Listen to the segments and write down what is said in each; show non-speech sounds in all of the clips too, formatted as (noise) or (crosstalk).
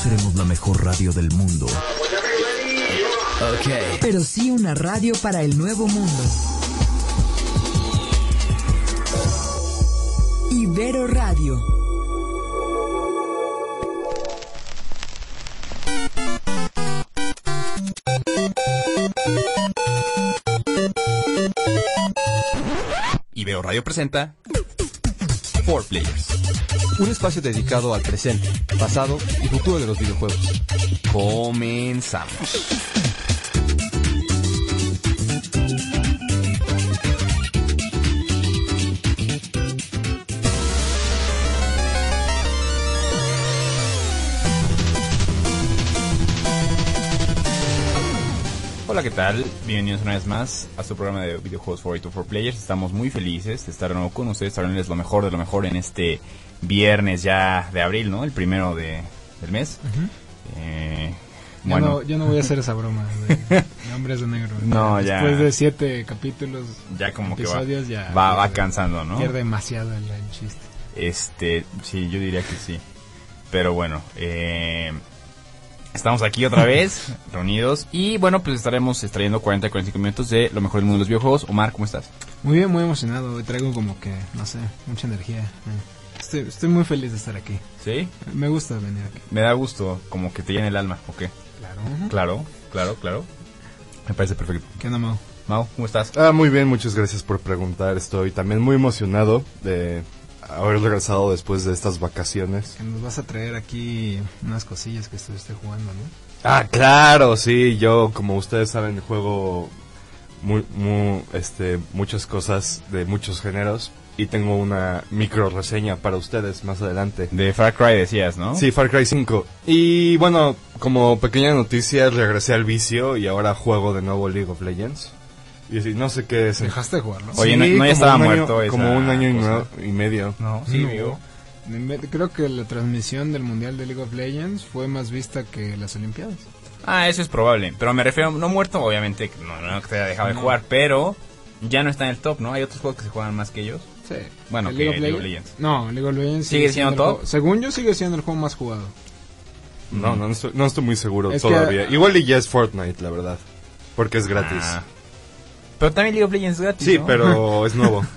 seremos la mejor radio del mundo. Ok. Pero sí una radio para el nuevo mundo. Ibero Radio. Ibeo Radio presenta Four Players un espacio dedicado al presente, pasado y futuro de los videojuegos. Comenzamos. Hola, ¿qué tal? Bienvenidos una vez más a su programa de videojuegos favorito for players. Estamos muy felices de estar de nuevo con ustedes, es lo mejor de lo mejor en este viernes ya de abril, ¿no? El primero de, del mes. Eh, Yo, bueno, no, yo no voy a hacer esa broma (laughs) de, de hombres de negro. No, ya. Después de siete capítulos, ya como que va, episodios, ya va, va pierde- cansando, ¿no? Pierde demasiado el, el chiste. Este, sí, yo diría que sí. Pero bueno, eh, estamos aquí otra vez, (laughs) reunidos. Y bueno, pues estaremos extrayendo 40 45 minutos de lo mejor del mundo de los videojuegos. Omar, ¿cómo estás? Muy bien, muy emocionado. hoy Traigo como que, no sé, mucha energía. eh. Estoy, estoy muy feliz de estar aquí. Sí. Me gusta venir aquí. Me da gusto, como que te llena el alma, ¿o qué? Claro. Claro, claro, claro. Me parece perfecto. ¿Qué onda, Mau? Mau, ¿cómo estás? Ah, muy bien, muchas gracias por preguntar. Estoy también muy emocionado de haber regresado después de estas vacaciones. Que nos vas a traer aquí unas cosillas que estuviste jugando, ¿no? Ah, claro, sí, yo como ustedes saben juego mu- mu- este, muchas cosas de muchos géneros y tengo una micro reseña para ustedes más adelante. De Far Cry decías, ¿no? Sí, Far Cry 5. Y bueno, como pequeña noticia, regresé al vicio y ahora juego de nuevo League of Legends. Y sí, no sé qué es. ¿Dejaste de jugarlo? Oye, no- no, ya como estaba un año- muerto esa Como un año y, cosa. nue- y medio. No, No. En vez- Creo que la transmisión del Mundial de League of Legends fue más vista que las Olimpiadas. Ah, eso es probable. Pero me refiero, no muerto, obviamente, que no, no que te haya dejado de jugar, pero ya no está en el top, ¿no? Hay otros juegos que se juegan más que ellos. Sí. Bueno, ¿El que League of Legends. No, League of Legends ¿Sigue siendo el top? juego- según yo sigue siendo el juego más jugado. No, no, no estoy, no estoy muy seguro Es que- todavía. Igual y ya es Fortnite, la verdad. Porque es gratis. Ah. Pero también League of Legends es gratis. sí, ¿no? (laughs) pero es nuevo. Es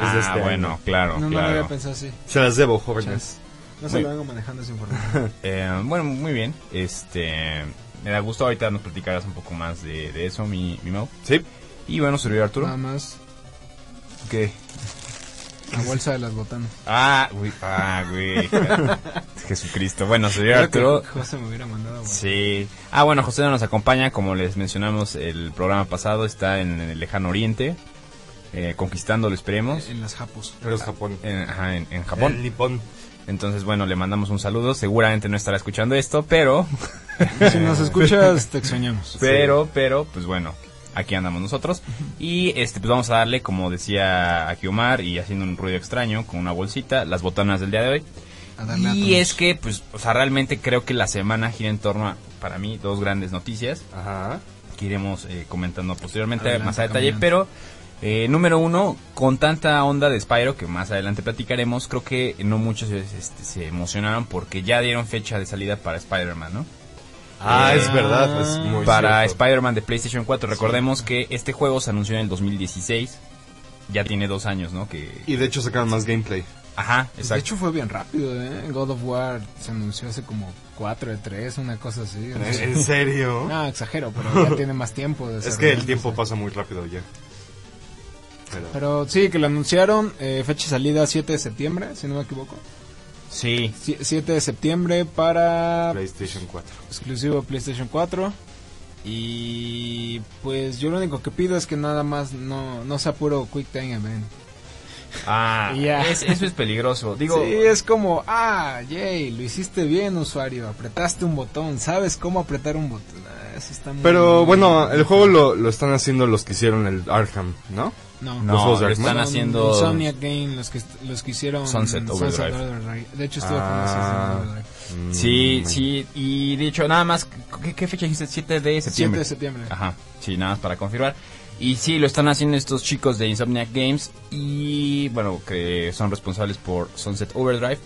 Ah, de este bueno, año. claro, no, no lo claro. había pensado así. Se las debo, jóvenes. Chas. No se Muy- lo vengo manejando esa información. Eh, bueno, muy bien. Este. Me da gusto. Ahorita nos platicarás un poco más de, de eso, mi, mi Mau. Sí. Y bueno, servidor Arturo. Nada más ¿Qué? la bolsa de las botanas. Ah, güey. Ah, (laughs) güey. Jesucristo. Bueno, servidor Creo que Arturo. José me hubiera mandado. güey. Sí. Ah, bueno, José no nos acompaña, como les mencionamos el programa pasado, está en el lejano oriente, eh, conquistando, lo esperemos, En las japos. Pero es Japón. en, ajá, en- en Eh, Japón. Nippon. Entonces, bueno, le mandamos un saludo, seguramente no estará escuchando esto, pero, Si nos escuchas, te extrañamos. pero, pero, pues bueno, aquí andamos nosotros. Y este, pues vamos a darle, como decía aquí Omar, y haciendo un ruido extraño, con una bolsita, las botanas del día de hoy. A darle a Y todos. es que, pues, o sea, realmente creo que la semana gira en torno a, para mí, dos grandes noticias. Ajá. que iremos eh, comentando posteriormente Adelante, más a detalle. caminante. Pero, eh, número uno, con tanta onda de Spyro que más adelante platicaremos, creo que no muchos este, se emocionaron porque ya dieron fecha de salida para Spider-Man, ¿no? Ah, Eh, es verdad. Es muy para cierto. Spider-Man de PlayStation 4. Recordemos que este juego se anunció en el 2016. Ya tiene dos años, ¿no? Que... Y de hecho sacaron más gameplay. Ajá, Pues, De exacto. hecho fue bien rápido, ¿eh? God of War se anunció hace como 4 de 3, una cosa así. o sea, ¿En (laughs) serio? No, exagero, pero ya tiene más tiempo. de es que el desarrollo, tiempo o sea. pasa muy rápido ya. Pero- Pero sí, que lo anunciaron, eh, fecha de salida 7 de septiembre, si no me equivoco. Sí. Sie- 7 de septiembre para PlayStation 4. exclusivo PlayStation 4. Y pues yo lo único que pido es que nada más no, no sea puro Quick Time Event. Ah, Ya. es- eso es peligroso. Digo, sí, es como, ah, yay, lo hiciste bien usuario, apretaste un botón, sabes cómo apretar un botón. Ah, Eso está muy- Pero bueno, el juego lo, lo están haciendo los que hicieron el Arkham, ¿no? No, no, los juegos de lo Arkham. están Son haciendo... Insomniac Game, los que, los que hicieron Sunset Overdrive. Overdrive. De hecho, estuve jugando Ah. Sunset Overdrive. Sí, Mm. sí, y de hecho, nada más, ¿qué, qué fecha dijiste? 7 de 7 septiembre. de septiembre. Ajá, sí, nada más para confirmar. Y sí, lo están haciendo estos chicos de Insomniac Games y, bueno, que son responsables por Sunset Overdrive.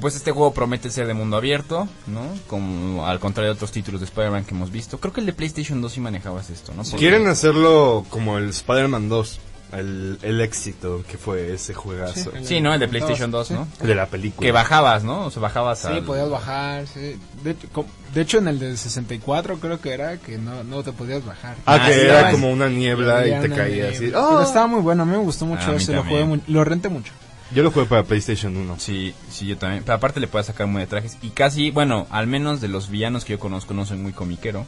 Pues este juego promete ser de mundo abierto, ¿no? Como al contrario de otros títulos de Spider-Man que hemos visto. Creo que el de PlayStation 2 sí manejabas esto, ¿no? Porque- Quieren hacerlo como el Spider-Man 2, el, el éxito que fue Sí, ese juegazo. Sí, ¿no? El de PlayStation 2, ¿no? De la película. Que bajabas, ¿no? O sea, bajabas Sí, al- podías bajar. sí. De, hecho, co- de hecho, en el de 64 creo que era que no, no te podías bajar. Ah, Ah, que sí, era no, como una niebla y Había te una caía de- así. Pero ¡Ah! estaba muy bueno, a mí me gustó Oh. Ah, a mucho mí ese, lo, jugué también. mu- lo renté mucho. Yo lo jugué para PlayStation 1. Sí, sí, yo también. Pero aparte le puedes sacar muy de trajes. Y casi, bueno, al menos de los villanos que yo conozco, no soy muy comiquero.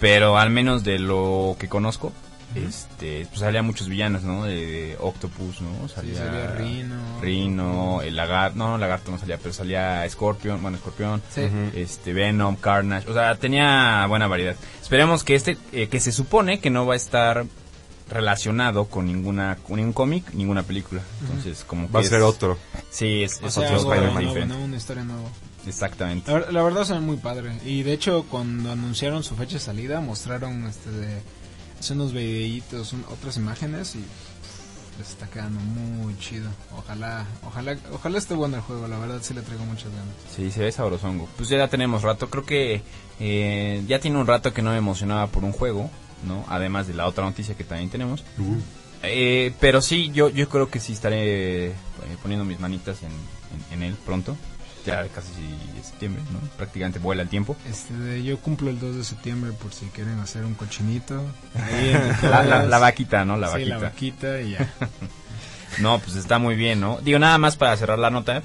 Pero al menos de lo que conozco, este, pues salía muchos villanos, ¿no? De, de Octopus, ¿no? Salía, Sí, salía Rhino. Rhino, el lagarto, no, lagarto no salía, pero salía Scorpion, bueno, Scorpion. Sí. Este, Venom, Carnage, o sea, tenía buena variedad. Esperemos que este, eh, que se supone que no va a estar relacionado con ninguna, con ningún cómic, ninguna película. Entonces, como que Va a ser es- otro. Sí, es, O es sea, otro algo Spider-Man nuevo, diferente. ¿no? Ah. Una historia nueva. La, Exactamente. ver- la verdad son muy padre. Y de hecho, cuando anunciaron su fecha de salida, mostraron este de- hace unos videitos, un- otras imágenes y pff, les está quedando muy chido. Ojalá, ojalá, ojalá esté bueno el juego, la verdad sí le traigo muchas ganas. Sí, se ve sabrosongo. Pues ya la tenemos rato. Creo que eh, ya tiene un rato que no me emocionaba por un juego, ¿no? Además de la otra noticia que también tenemos. Uh. Eh, pero sí, yo, yo creo que sí estaré eh, poniendo mis manitas en, en- en él pronto. Ya casi septiembre, ¿no? Prácticamente vuela el tiempo. Este de- yo cumplo el 2 de septiembre por si quieren hacer un cochinito. (laughs) Ahí en el La, la- Judas. la vaquita, ¿no? La Sí, vaquita. la vaquita y (laughs) ya. No, pues está muy bien, ¿no? Digo, nada más para cerrar la nota,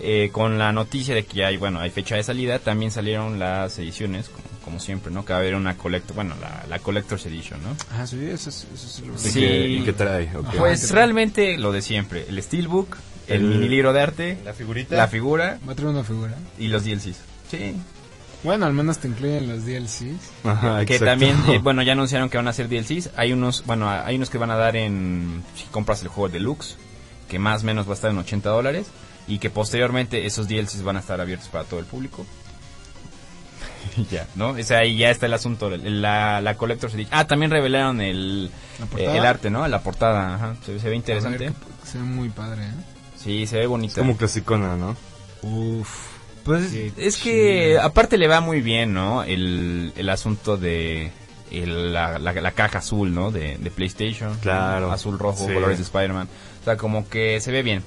eh, con la noticia de que hay, bueno, hay fecha de salida, también salieron las ediciones, como, como siempre, ¿no? Que va a haber una Collector, bueno, la, la Collector's Edition, ¿no? Ah, sí, eso, es- eso sí lo ¿Y Sí. qué- ¿Y qué trae? Ok. Ajá. Pues realmente lo de siempre, el Steelbook, el, El- mini libro de arte, ¿La figurita? la figura Va a traer una figura. y los DLCs. Sí, Bueno, al menos te incluyen los DLCs. Ajá, que exacto. (laughs) también, (laughs) eh, bueno, ya anunciaron que van a hacer DLCs. Hay unos, bueno, hay unos que van a dar en, si compras el juego deluxe, que más o menos va a estar en 80 dólares, y que posteriormente esos DLCs van a estar abiertos para todo el público. (laughs) Y ya, ¿no? O sea, ahí ya está el asunto, el- la, la Collector's Edition. Ah, también revelaron el, La eh, portada. el arte, ¿no? La portada, ajá. Se, se ve interesante. A ver, que se ve muy padre, ¿eh? Sí, se ve Es bonita. como clasicona, ¿no? Uf. Pues Qué es que chido. aparte le va muy bien, ¿no? El, el asunto de el- la, la- la caja azul, ¿no? De, de PlayStation. Claro. Azul, rojo, Sí. colores de Spider-Man. O sea, como que se ve bien.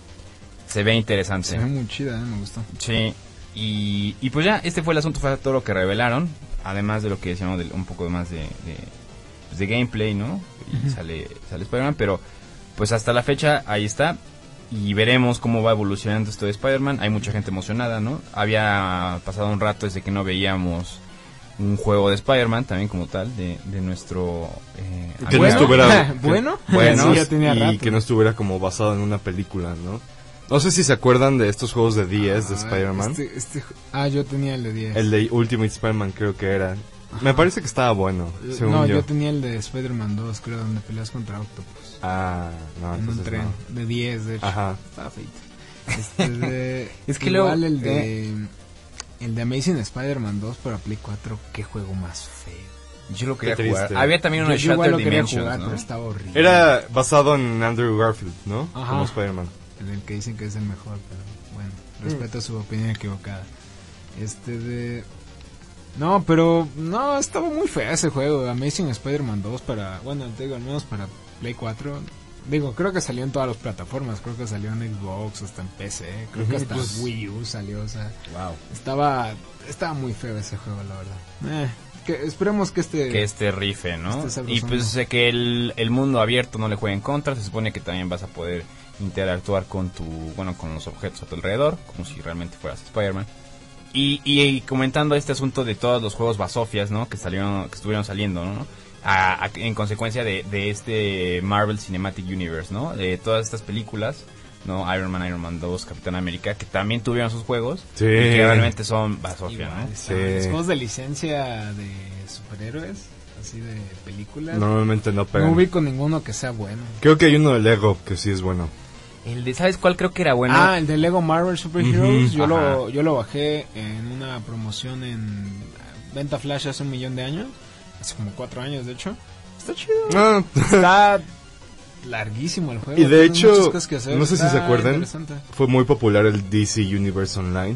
Se ve interesante. Se ve muy chida, ¿eh? me gustó. Sí. Y, y pues ya, este fue el asunto, fue todo lo que revelaron. Además de lo que decíamos, del- un poco más de, de, pues, de gameplay, ¿no? Y sale, sale Spider-Man, pero pues hasta la fecha ahí está. Y veremos cómo va evolucionando esto de Spider-Man. Hay mucha gente emocionada, ¿no? Había pasado un rato desde que no veíamos un juego de Spider-Man, también como tal, de, de nuestro... eh, Que amigo. no (laughs) estuviera- bueno, Bueno, Sí, ya tenía y rato. que no estuviera como basado en una película, ¿no? No sé si se acuerdan de estos juegos de 10 de Ah, Spider-Man. este- este- ah, yo tenía el de 10. El de Ultimate Spider-Man creo que era. Me parece que estaba bueno, Eh, según no, yo. yo. tenía el de Spider-Man 2, creo, donde peleas contra Octopus. Ah, no, en un entonces tren. no. De 10, de hecho. Ajá. Estaba feito. Este de- (laughs) Es que igual luego- eh. el de. El de Amazing Spider-Man 2 para Play 4. Qué juego más feo. Yo lo quería Qué jugar. triste. Había también uno Yo, de yo Shattered igual lo quería Dimensions, jugar, ¿no? pero estaba horrible. Era basado en Andrew Garfield, ¿no? Ajá. Como Spider-man. en el que dicen que es el mejor, pero bueno, Mm. respeto su opinión equivocada. Este de... No, pero no, estaba muy fea ese juego, Amazing Spider-Man 2 para, bueno, te digo, al menos para Play 4. Digo, creo que salió en todas las plataformas, creo que salió en Xbox, hasta en PC, creo que Ujú, hasta pues- Wii U salió, o sea, Wow. estaba, estaba muy feo ese juego, la verdad. Eh, que esperemos que este... que este rife, ¿no? Este sabrosón. y pues sé que el, el mundo abierto no le juega en contra, se supone que también vas a poder interactuar con tu, bueno, con los objetos a tu alrededor, como si realmente fueras Spider-Man. Y, y, y comentando este asunto de todos los juegos basofias, ¿no? Que salieron, que estuvieron saliendo, ¿no? A- a- en consecuencia de, de este Marvel Cinematic Universe, ¿no? De todas estas películas, ¿no? Iron Man, Iron Man 2, Capitán América, que también tuvieron sus juegos. Sí. Y que realmente son basofia, Igual, ¿no? está- Sí. Los juegos de licencia de superhéroes, así de películas. Normalmente no No pegan. ubico ninguno que sea bueno. Creo que hay uno de Lego que sí es bueno. El de, ¿sabes cuál creo que era bueno? ah, el de Lego Marvel Super Heroes. Ujú, yo, lo, ajá. yo lo bajé en una promoción en Venta Flash hace (laughs) un millón de años. Hace como cuatro años, de hecho. Está chido. Ah, Está larguísimo el juego. Y de tienes muchas hecho, cosas que hacer, no sé si está se acuerdan, interesante. (laughs) fue muy popular el DC Universe Online.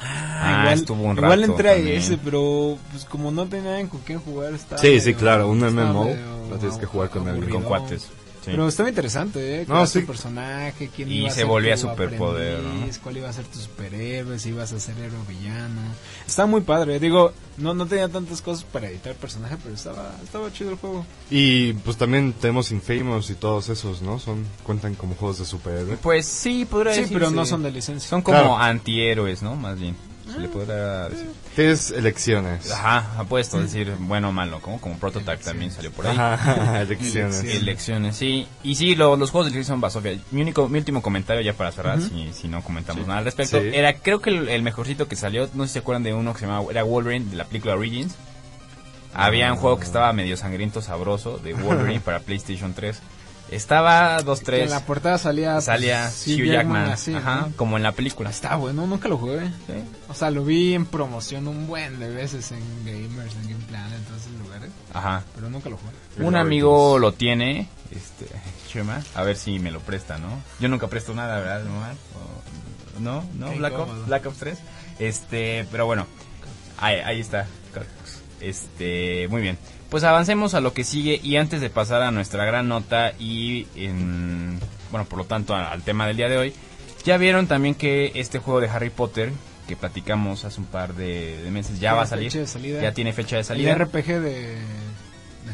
Ah, igual, estuvo un rato. igual entré a también. ese, pero pues como no tenía nadie con quién jugar, estaba. Sí, sí, medio- claro, un estaba MMO, medio lo tienes que jugar con alguien, Y aburridón. con cuates. sí. Pero estaba interesante, ¿eh? No, ¿Cuál era sí. tu personaje? ¿Quién Y iba a se ser volvía tu superpoder, ¿no? aprendiz, ¿Cuál iba a ser tu superhéroe? Si ibas a ser héroe o villano. Estaba muy padre. Digo, no, no tenía tantas cosas para editar personaje, pero estaba, estaba chido el juego. Y pues también tenemos Infamous y todos esos, ¿no? Son cuentan como juegos de superhéroe. Pues sí, podría Sí, decir. pero no son de licencia. Son como Claro. antihéroes, ¿no? Más bien. Se le podrá decir. Tienes elecciones. Ajá, apuesto, es decir, bueno o malo, como, como Prototype también salió por ahí. Ajá, (laughs) elecciones. Elecciones. Elecciones, sí. Y sí, lo- los juegos de elección son basofia. Mi, único, mi último comentario ya para cerrar, si, si no comentamos nada al respecto, Sí. era creo que el, el mejorcito que salió, no sé si se acuerdan de uno que se llamaba, era Wolverine de la película Origins. Había Ah. un juego que estaba medio sangriento, sabroso, (laughs) de Wolverine para PlayStation 3. Estaba 2-3. Que en la portada salía. pues, Salía sí, Hugh Jackman, así, ajá, ¿no? como en la película. Está bueno, nunca lo jugué. Sí. O sea, lo vi en promoción un buen de veces en Gamers, en Game Planet, en todos esos lugares. Ajá. Pero nunca lo jugué. Un amigo lo tiene, este, (laughs) Chema, a ver si me lo presta, ¿no? Yo nunca presto nada, ¿verdad, Omar? O- No, no, Qué Black Ops, incómodo. Black Ops 3. Este, pero bueno, ahí, ahí está. Este, muy bien. Pues avancemos a lo que sigue y antes de pasar a nuestra gran nota y, en- bueno, por lo tanto a- al tema del día de hoy, ya vieron también que este juego de Harry Potter que platicamos hace un par de, de meses ya Tiene va a salir, fecha de salida. ya tiene fecha de El salida. RPG de, de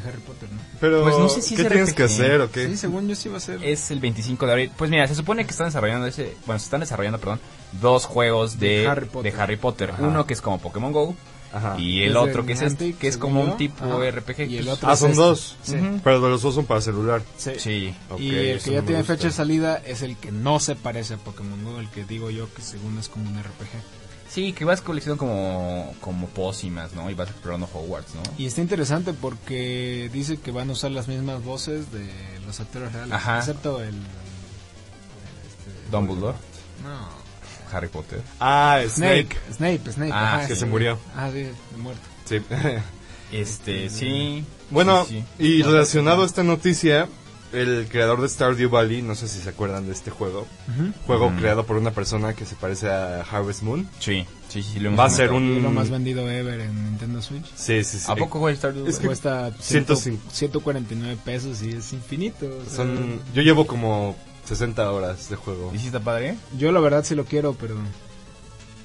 Harry Potter, ¿no? Pero, Pues no sé si ¿qué es tienes que RPG? hacer o qué? Sí, según yo sí iba a ser. es el 25 de abril. Pues mira, se supone que están desarrollando ese, bueno, se están desarrollando, perdón, dos juegos de, De de Harry Harry Potter. Potter. Uno que es como Pokémon Go Ajá. y el Desde otro que es este, Niantic, que es según como yo. un tipo Ajá. RPG. Y el pues, otro Ah, es son este. dos. Sí. Ujú. Pero los dos son para celular. Sí. Ok, y el eso que ya no me tiene gusta. fecha de salida es el que no se parece a Pokémon Go, el que digo yo que según es como un RPG. Sí, que vas coleccionando como, como pócimas, ¿no? Y vas explorando Hogwarts, ¿no? Y está interesante porque dice que van a usar las mismas voces de los actores reales, Ajá. excepto el... Dumbledore, No. Harry Potter. Ah, Snake, Snake. Snape, Snape. Ah, ajá, que sí. se murió. Ah, sí, muerto. Sí. (laughs) Este, sí. bueno, sí, sí. y relacionado a esta noticia, el creador de Stardew Valley, no sé si se acuerdan de este juego, juego Mm. creado por una persona que se parece a Harvest Moon. Sí, sí, sí, lo hemos Va a ser comentado. Y lo más un... vendido ever en Nintendo Switch. Sí, sí, sí. ¿A poco juega el Stardew Es Valley? que- Cuesta 105. 149 pesos y es infinito. o sea, Son, yo llevo como 60 horas de juego. ¿Y si está padre? Yo la verdad sí lo quiero, pero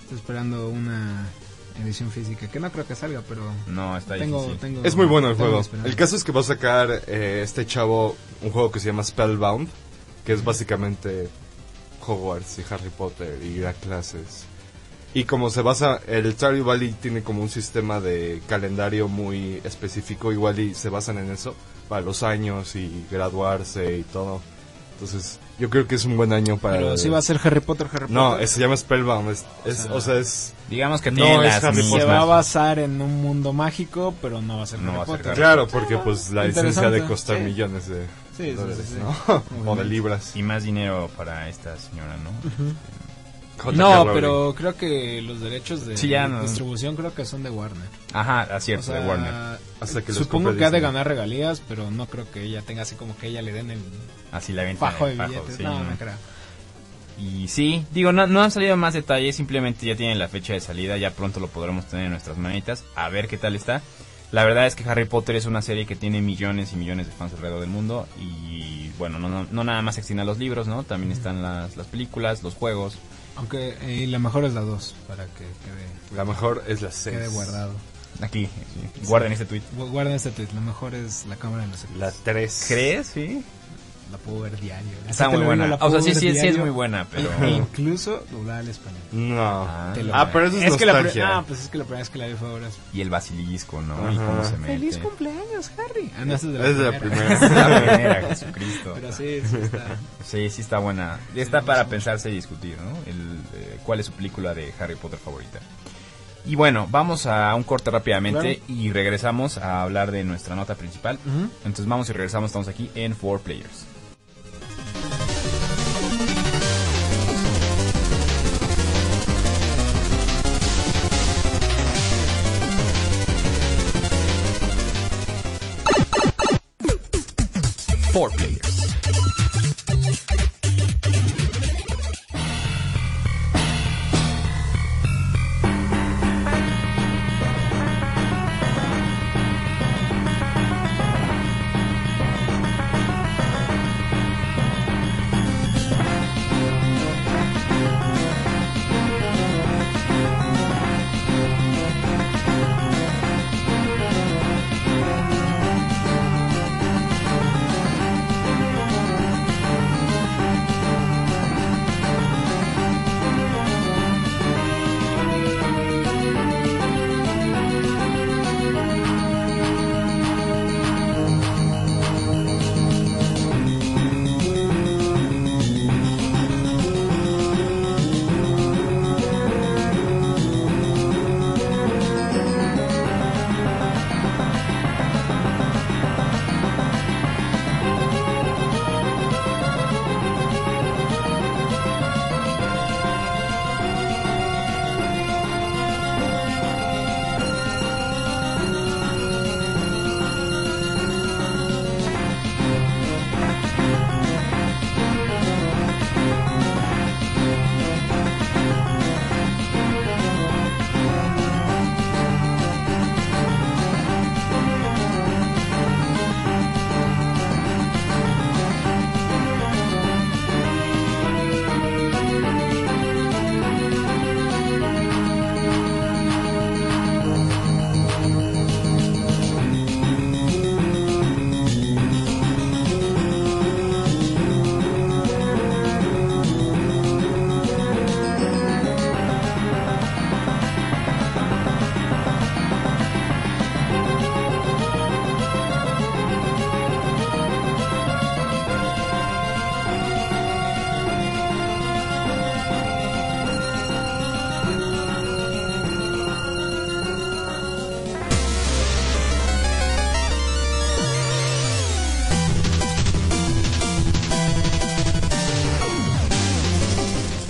estoy esperando una edición física, que no creo que salga, pero No, está tengo, difícil. tengo- Es muy bueno el tengo juego. la esperanza. El caso es que va a sacar eh, este chavo un juego que se llama Spellbound, que es básicamente Hogwarts y Harry Potter y ir a clases. Y como se basa, el Stardew Valley tiene como un sistema de calendario muy específico, igual y se basan en eso, para los años y graduarse y todo. Entonces, yo creo que es un buen año para... Pero el- sí va a ser Harry Potter, Harry No, Potter. es- se llama Spellbound, es, es- o sea, es... Digamos que No, tiene es las Harry mismas- Se Potter. va a basar en un mundo mágico, pero no va a ser No Harry va a ser Potter. Harry Claro, porque pues la licencia Interesante, de costar sí. millones de Sí, sí, dólares, sí, sí. ¿no? (laughs) O de Obviamente. libras. Y más dinero para esta señora, ¿no? No, pero creo que los derechos de Sí, ya no. distribución creo que son de Warner. Ajá, así O es, sea, de Warner. Hasta que los supongo compre que ha de Disney. ganar regalías, pero no creo que ella tenga así como que ella le den el Así la venta. fajo de fajo, billetes. sí, no, ¿no? no creo. Y sí, digo, no, no han salido más detalles, simplemente ya tienen la fecha de salida, ya pronto lo podremos tener en nuestras manitas, a ver qué tal está. La verdad es que Harry Potter es una serie que tiene millones y millones de fans alrededor del mundo y bueno, no, no, no nada más existen los libros, ¿no? También están las, las películas, los juegos. Aunque eh, la mejor es la 2, para que quede, La mejor es la 6. quede guardado. Aquí, eh, guarden este tweet. Gu- Guarden este tweet, lo mejor es la cámara de los La 3. ¿Crees? Sí. La puedo ver diario. Está muy buena. O sea, sí, sí, sí es muy buena, pero... E incluso doblada al español. No. Ah. Te Ah, pero eso es que la nostalgia. Ah, pues es que la primera vez que la vi fue ahora. es- Y el basilisco, ¿no? Y Ajá. cómo se mete. Feliz cumpleaños, Harry. Ah, no, esa es de la Es de la primera. primera. La primera, Jesucristo. (laughs) Pero sí, sí está. Sí, sí está buena. Está para pensarse y discutir, ¿no? El, eh, ¿Cuál es su película de Harry Potter favorita? Y bueno, vamos a un corte rápidamente y regresamos a hablar de nuestra nota principal. Ujú. Entonces vamos y regresamos, estamos aquí en Four Players. Four Players,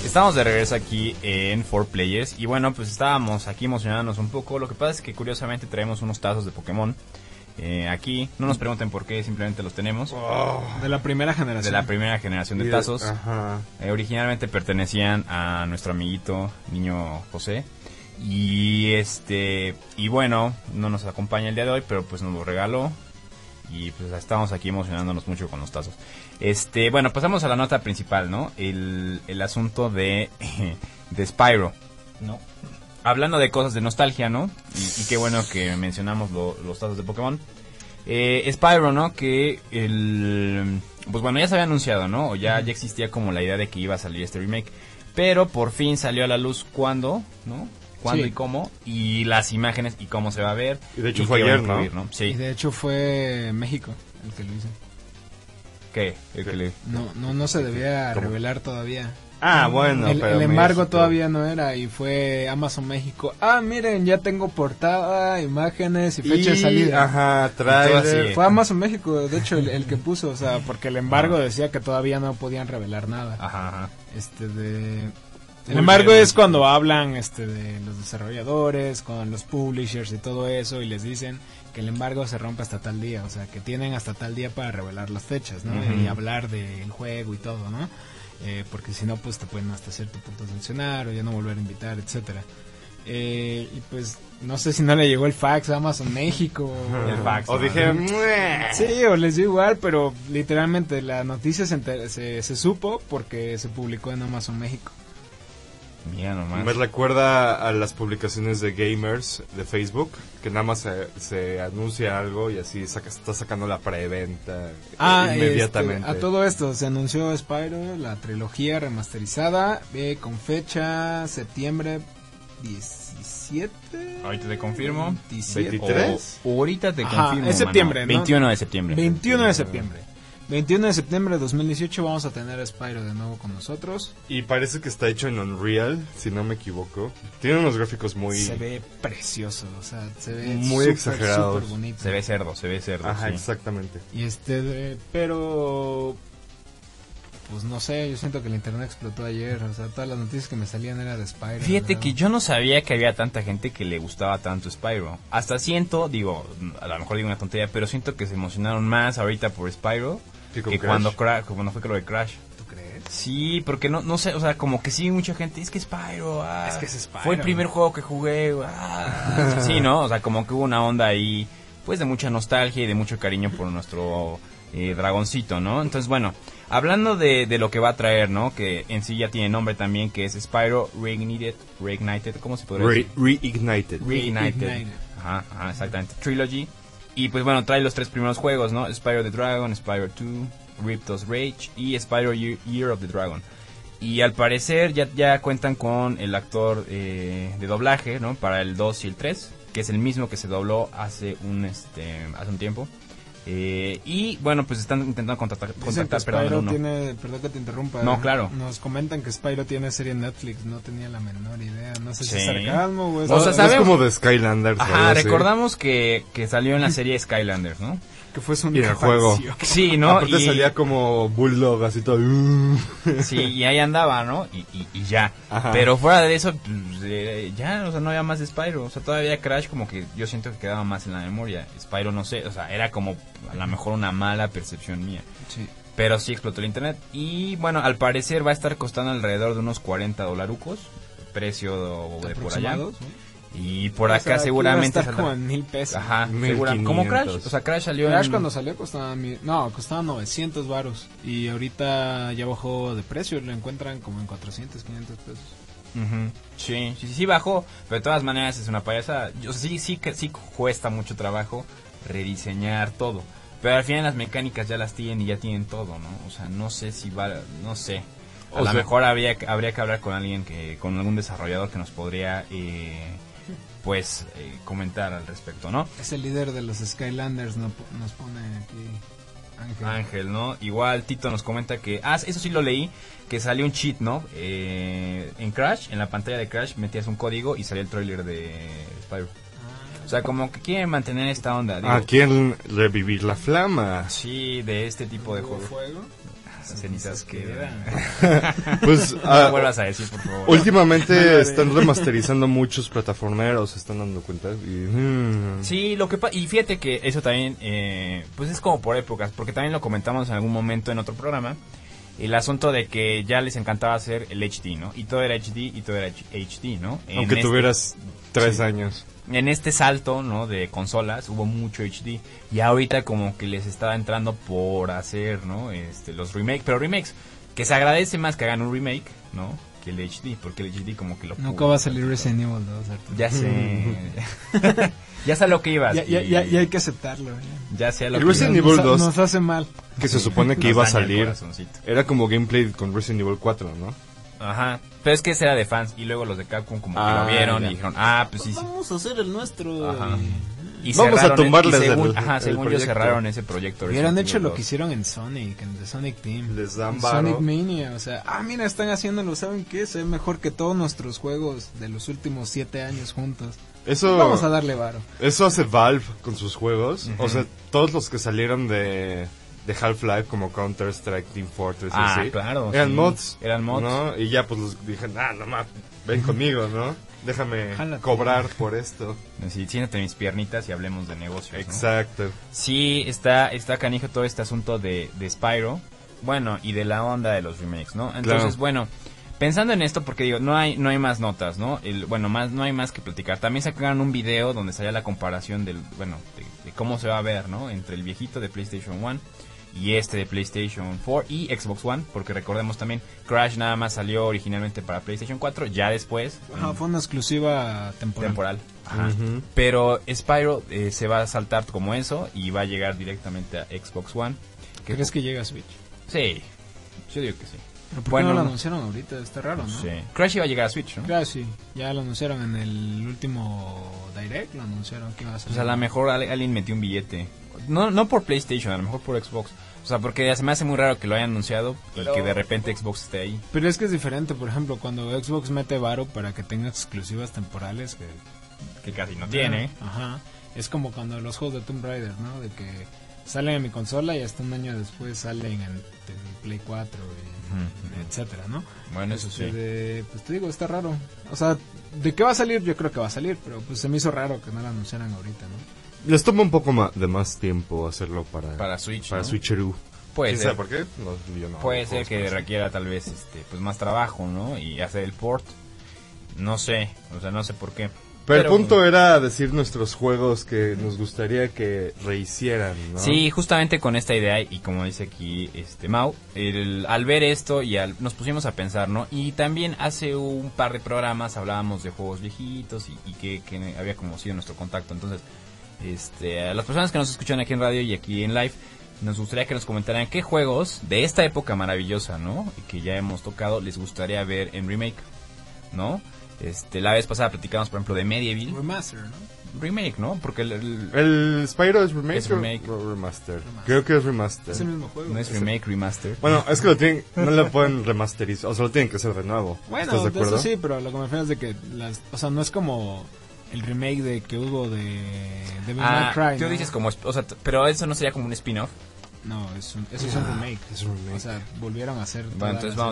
Estamos de regreso aquí en 4 Players y bueno, pues estábamos aquí emocionándonos un poco. Lo que pasa es que curiosamente traemos unos tazos de Pokémon eh, aquí. No nos pregunten por qué, simplemente los tenemos. Oh, De la primera generación. De la primera generación de Y- tazos. Ajá. Eh, originalmente pertenecían a nuestro amiguito niño José. Y este y bueno, no nos acompaña el día de hoy, pero pues nos lo regaló. Y pues estamos aquí emocionándonos mucho con los tazos. Este, bueno, pasamos a la nota principal, ¿no? El, el asunto de, (laughs) de Spyro. No. Hablando de cosas de nostalgia, ¿no? Y, y qué bueno que mencionamos lo- los tazos de Pokémon. Eh, Spyro, ¿no? Que el... Pues bueno, ya se había anunciado, ¿no? O ya, ya existía como la idea de que iba a salir este remake. Pero por fin salió a la luz cuándo, ¿no? Cuándo Sí. y cómo. Y las imágenes y cómo se va a ver. Y de hecho qué fue va a ayer, ¿no? incluir, Y Sí. de hecho fue México el que lo hizo. ¿Qué? El que le- No, no, no se debía revelar todavía. Ah, bueno, el, pero el mira, embargo sí, todavía no era y fue Amazon México. Ah, miren, ya tengo portada, imágenes y pero- fecha de Y, salida. Ajá, todo trailer. así. Fue Amazon México, de hecho, el, el que puso, o sea, porque el embargo decía que todavía no podían revelar nada. Ajá, ajá. Este de... El Muy embargo bien. es cuando hablan este, de los desarrolladores, con los publishers y todo eso, y les dicen que el embargo se rompe hasta tal día, o sea, que tienen hasta tal día para revelar las fechas, ¿no? Y hablar del juego y todo, ¿no? Eh, porque si no, pues te pueden hasta cierto punto sancionar o ya no volver a invitar, etcétera. Eh, y pues no sé si no le llegó el fax a Amazon México. (laughs) o- El fax, O ¿no? dije, "Mua". Sí, o les dio igual, pero literalmente la noticia se, enter- se, se supo porque se publicó en Amazon México. Mira nomás. me recuerda a las publicaciones de gamers de Facebook, que nada más se, se anuncia algo y así saca, está sacando la preventa Ah, eh, inmediatamente. Ah, este, a todo esto se anunció Spyro, la trilogía remasterizada, eh, con fecha septiembre 17. Ahorita te confirmo. 27. 23. O- ahorita te Ajá, confirmo. es mano. septiembre, ¿no? 21 de septiembre. 21 Oh, de septiembre. 21 de septiembre de 2018 vamos a tener a Spyro de nuevo con nosotros. Y parece que está hecho en Unreal, si no me equivoco. Tiene unos gráficos muy... Se ve precioso, o sea, se ve Muy súper, exagerados. súper bonito. Se ve cerdo, se ve cerdo. Ajá, sí. exactamente. Y este, de- pero. Pues no sé, yo siento que el internet explotó ayer. O sea, todas las noticias que me salían era de Spyro. Fíjate ¿no? que yo no sabía que había tanta gente que le gustaba tanto Spyro. Hasta siento, digo, a lo mejor digo una tontería, pero siento que se emocionaron más ahorita por Spyro que, ¿Que con Crash? cuando, Cra- cuando fue que lo de Crash. ¿Tú crees? Sí, porque no, no sé, o sea, como que sí, mucha gente, es que Spyro, ah, Es que es Spyro. Fue el primer juego que jugué, ah. Sí, ¿no? O sea, como que hubo una onda ahí, pues de mucha nostalgia y de mucho cariño por nuestro eh, dragoncito, ¿no? Entonces, bueno, hablando de, de lo que va a traer, ¿no? Que en sí ya tiene nombre también, que es Spyro Reignited, Reignited, ¿cómo se podría Re- decir? Reignited. Reignited. Reignited. Ajá, ajá, exactamente. Trilogy. Y pues bueno, trae los tres primeros juegos, ¿no? Spyro the Dragon, Spyro 2, Riptos Rage y Spyro Ye- Year of the Dragon. Y al parecer ya, ya cuentan con el actor eh, de doblaje, ¿no? Para el 2 y el 3, que es el mismo que se dobló hace un, este, hace un tiempo. Eh, y bueno, pues están intentando contactar, Dicen que contactar perdón, al Spyro uno. tiene. Perdón que te interrumpa. No, claro. Nos comentan que Spyro tiene serie en Netflix. No tenía la menor idea. No sé si es Sí. sarcasmo o es. O sea, No es sabemos- como de Skylanders. Ajá, ¿verdad? Pues Sí. recordamos que, que salió en la serie Skylanders, (laughs) ¿no? que fue su Y el única juego. aparición. Sí, ¿no? Aparte Y- salía como Bulldog, así todo... (laughs) "Uh". Sí, y ahí andaba, ¿no? Y, y- y ya. Ajá. Pero fuera de eso, pues, eh, ya, o sea, no había más de Spyro. O sea, todavía Crash como que yo siento que quedaba más en la memoria. Spyro, no sé, o sea, era como a lo mejor una mala percepción mía. Sí. Pero sí explotó el internet. Y bueno, al parecer va a estar costando alrededor de unos 40 dolarucos. Precio de por allá. Aproximados, ¿no? Y por O acá sea, aquí seguramente... Va a estar como saldrá- en mil pesos. Ajá, 1500. segura- Como Crash. O sea, Crash salió Crash en- cuando salió costaba mi- no, costaba 900 varos y ahorita ya bajó de precio, lo encuentran como en 400, 500 pesos. Ujú. Sí, sí, sí, sí bajó, pero de todas maneras es una payasa. Yo sí, sí que sí cuesta mucho trabajo rediseñar todo, pero al final las mecánicas ya las tienen y ya tienen todo, ¿no? O sea, no sé si va, no sé. A O lo sea- mejor habría, que- habría que hablar con alguien que, con algún desarrollador que nos podría, eh, pues, eh, comentar al respecto, ¿no? Es el líder de los Skylanders, no po- nos pone aquí Ángel. Ángel, ¿no? Igual Tito nos comenta que, ah, eso sí lo leí, que salió un cheat, ¿no? Eh, en Crash, en la pantalla de Crash metías un código y salía el tráiler de Spyro. O sea, como que quieren mantener Ah, esta onda, digo, ¿A quién revivir la flama? sí, de este tipo de ¿Hubo juegos. fuego? cenizas quedan. (laughs) Pues No ah, vuelvas a decir, por favor. últimamente están remasterizando muchos plataformeros, se están dando cuenta. Y, mm, Sí, lo que pa- y fíjate que eso también, eh, pues es como por épocas, porque también lo comentamos en algún momento en otro programa, el asunto de que ya les encantaba hacer el HD, ¿no? Y todo era HD y todo era HD, ¿no? En aunque este- tuvieras tres años. en este salto, ¿no? De consolas hubo mucho HD y ahorita como que les está entrando por hacer, ¿no? Este, los remakes, pero remakes que se agradece más que hagan un remake, ¿no? Que el HD, porque el HD como que lo Nunca va a salir Resident Evil 2, Arturo. Ya (laughs) sé. (laughs) ya sé a lo que ibas. Ya, ya, y- ya, ya hay que aceptarlo. ya. ya sé a lo El que ibas. Resident Nos- Evil nos- 2. Nos hace mal. Que se supone que Nos iba a daña el salir. corazoncito. Era como gameplay con Resident Evil 4, ¿no? Ajá. Pero es que ese era de fans. Y luego los de Capcom como que Ah, lo vieron ya. y dijeron, ah, pues sí, sí. Vamos a hacer el nuestro. eh. Ajá. Y Vamos a cerraron- e- tumbarles y según, el- ajá, el según yo proyecto. cerraron ese proyecto. Hubieran Resident hecho Evil lo que 2. hicieron en Sonic, en The Sonic Team. Les dan En varo. Sonic Mania, o sea, ah, mira, están haciéndolo, ¿saben qué? Se ve mejor que todos nuestros juegos de los últimos siete años juntos. Eso, Vamos a darle varo. eso hace Valve con sus juegos. O sea, todos los que salieron de, de Half-Life, como Counter-Strike, Team Fortress, y Ah, así, claro, Eran sí. mods. Eran mods. ¿no? Y ya pues los dijeron, ah, no más, ven conmigo, ¿no? Déjame Jálate. cobrar por esto. Así, siéntate mis piernitas y hablemos de negocios. ¿no? Exacto. Sí, está, está canijo todo este asunto de, de Spyro. Bueno, y de la onda de los remakes, ¿no? Entonces, Claro. bueno, pensando en esto, porque digo, no hay, no hay más notas, ¿no? El, bueno, más, no hay más que platicar. También sacaron un video donde salía la comparación del, bueno, de, de cómo se va a ver, ¿no? Entre el viejito de PlayStation 1 y este de PlayStation 4 y Xbox One, porque recordemos también, Crash nada más salió originalmente para PlayStation 4, ya después, Ajá, fue una exclusiva Mm. temporal. temporal. Ajá. Pero Spyro eh, se va a saltar como eso y va a llegar directamente a Xbox One. que- ¿Crees que llega a Switch? Sí, yo digo que sí. ¿Pero por Bueno, qué no no. lo anunciaron ahorita? Está raro, ¿no? Sí. Crash iba a llegar a Switch, ¿no? Claro, sí. Ya lo anunciaron en el último Direct, lo anunciaron que iba a Pues salir. a lo mejor al- alguien metió un billete. No, no por PlayStation, a lo mejor por Xbox. O sea, porque se me hace muy raro que lo hayan anunciado y que de repente Xbox esté ahí. Pero es que es diferente, por ejemplo, cuando Xbox mete varo para que tenga exclusivas temporales que Ah, Que casi no tiene. Ajá. Es como cuando los juegos de Tomb Raider, ¿no? De que salen en mi consola y hasta un año después salen en, en Play 4 y etcétera, ¿no? Bueno, eso sí. Este, pues te digo, está raro. O sea, ¿de qué va a salir? Yo creo que va a salir, pero pues se me hizo raro que no lo anunciaran ahorita, ¿no? Les toma un poco ma- de más tiempo hacerlo para, Para Switch. para ¿no? Switcheroo. Puede ¿Quién sabe ser. por qué? No, yo no Puede hago ser juegos que para Switch. requiera tal vez este pues más trabajo, ¿no? Y hacer el port. No sé, o sea, no sé por qué. Pero, el punto era decir nuestros juegos que nos gustaría que rehicieran, ¿no? Sí, justamente con esta idea y como dice aquí este Mau, el- al ver esto y al- nos pusimos a pensar, ¿no? Y también hace un par de programas hablábamos de juegos viejitos y, y que, que había como sido nuestro contacto. Entonces, este, a las personas que nos escuchan aquí en radio y aquí en live, nos gustaría que nos comentaran qué juegos de esta época maravillosa, ¿no? Y que ya hemos tocado, les gustaría ver en remake, ¿no? Este, la vez pasada platicamos, por ejemplo, de Medieval Remaster, ¿no? remake, ¿no? Porque el- el- ¿El Spyro es remake, Es o- remake. o remaster? Creo que es remaster. Es el mismo juego. no es remake, remaster. Bueno, es que lo tienen, no lo pueden remasterizar, o sea, lo tienen que hacer de nuevo. Bueno, ¿Estás de de eso acuerdo? sí, pero lo que me refiero es de que las, o sea, no es como el remake de que hubo de Devil Ah, May Cry. tú ¿no? dices como, esp- o sea, t- pero eso no sería como un spin-off. No, es un- eso es un remake. Ah, es un remake. O sea, volvieron a hacer. toda Bueno, entonces la-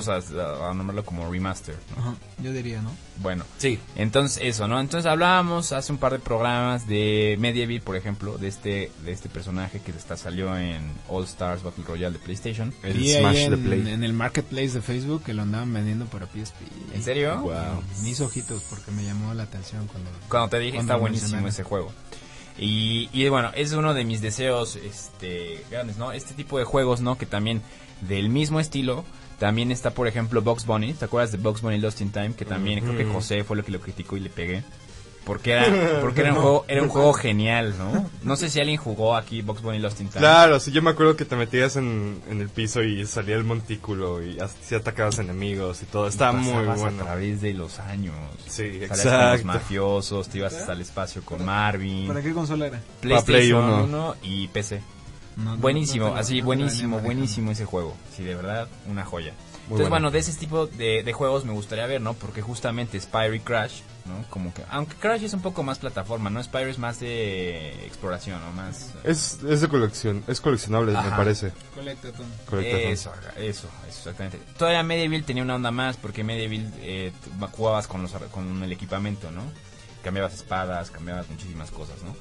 vamos a, a nombrarlo como remaster. ¿no? Ajá, Yo diría, ¿no? Bueno, Sí. entonces eso, ¿no? Entonces hablábamos hace un par de programas de Medieval, por ejemplo, de este de este personaje que está salió en All Stars Battle Royale de PlayStation. El Vi Smash ahí de en, Play. en el marketplace de Facebook que lo andaban vendiendo para PSP. ¿En serio? Wow. Me hizo ojitos porque me llamó la atención cuando... Cuando te dije, cuando está buenísimo mencionaron. ese juego. Y, y bueno, es uno de mis deseos este, grandes, ¿no? Este tipo de juegos, ¿no? Que también del mismo estilo. También está, por ejemplo, Box Bunny. ¿Te acuerdas de Box Bunny Lost in Time? Que también creo que José fue lo que lo criticó y le pegué. Porque (laughs) era, porque era, un, juego, era un juego genial, ¿no? No sé si alguien jugó aquí Box Bunny Lost in Time. Claro, sí, yo me acuerdo que te metías en, en el piso y salía el montículo y así atacabas enemigos y todo. Está Y muy pasabas bueno. a través de los años. Sí, Salías con los exacto. mafiosos, te ibas al espacio con Marvin. ¿Para qué consola era? PlayStation Para Play 1 y PC. No, no, buenísimo, no te lo- así, no te lo buenísimo, venía buenísimo ese juego. Sí, de verdad, una joya. Entonces, bueno. bueno, de ese tipo de, de juegos me gustaría ver, ¿no? Porque justamente Spyro y Crash, ¿no? Como que, aunque Crash es un poco más plataforma, ¿no? Spyro es más de exploración, ¿no? Más... Es, es de colección, es coleccionable, Ajá. me parece. Colectatón. Correcto. Eso, ajá, eso, eso, exactamente. Todavía Medieval tenía una onda más porque Medieval eh, t- ma- jugabas con, los, ar- con el equipamiento, ¿no? Cambiabas espadas, cambiabas muchísimas cosas, ¿no?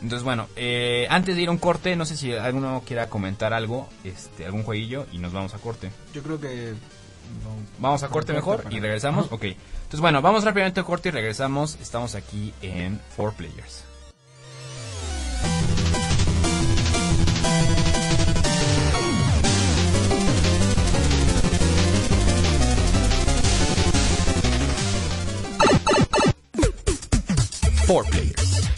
Entonces, bueno, eh, antes de ir a un corte, no sé si alguno quiera comentar algo, este, algún jueguillo, y nos vamos a corte. Yo creo que... Vamos a corte mejor para- y regresamos. Ok. Entonces, bueno, vamos rápidamente a corte y regresamos. Estamos aquí en 4 Players. Four Players.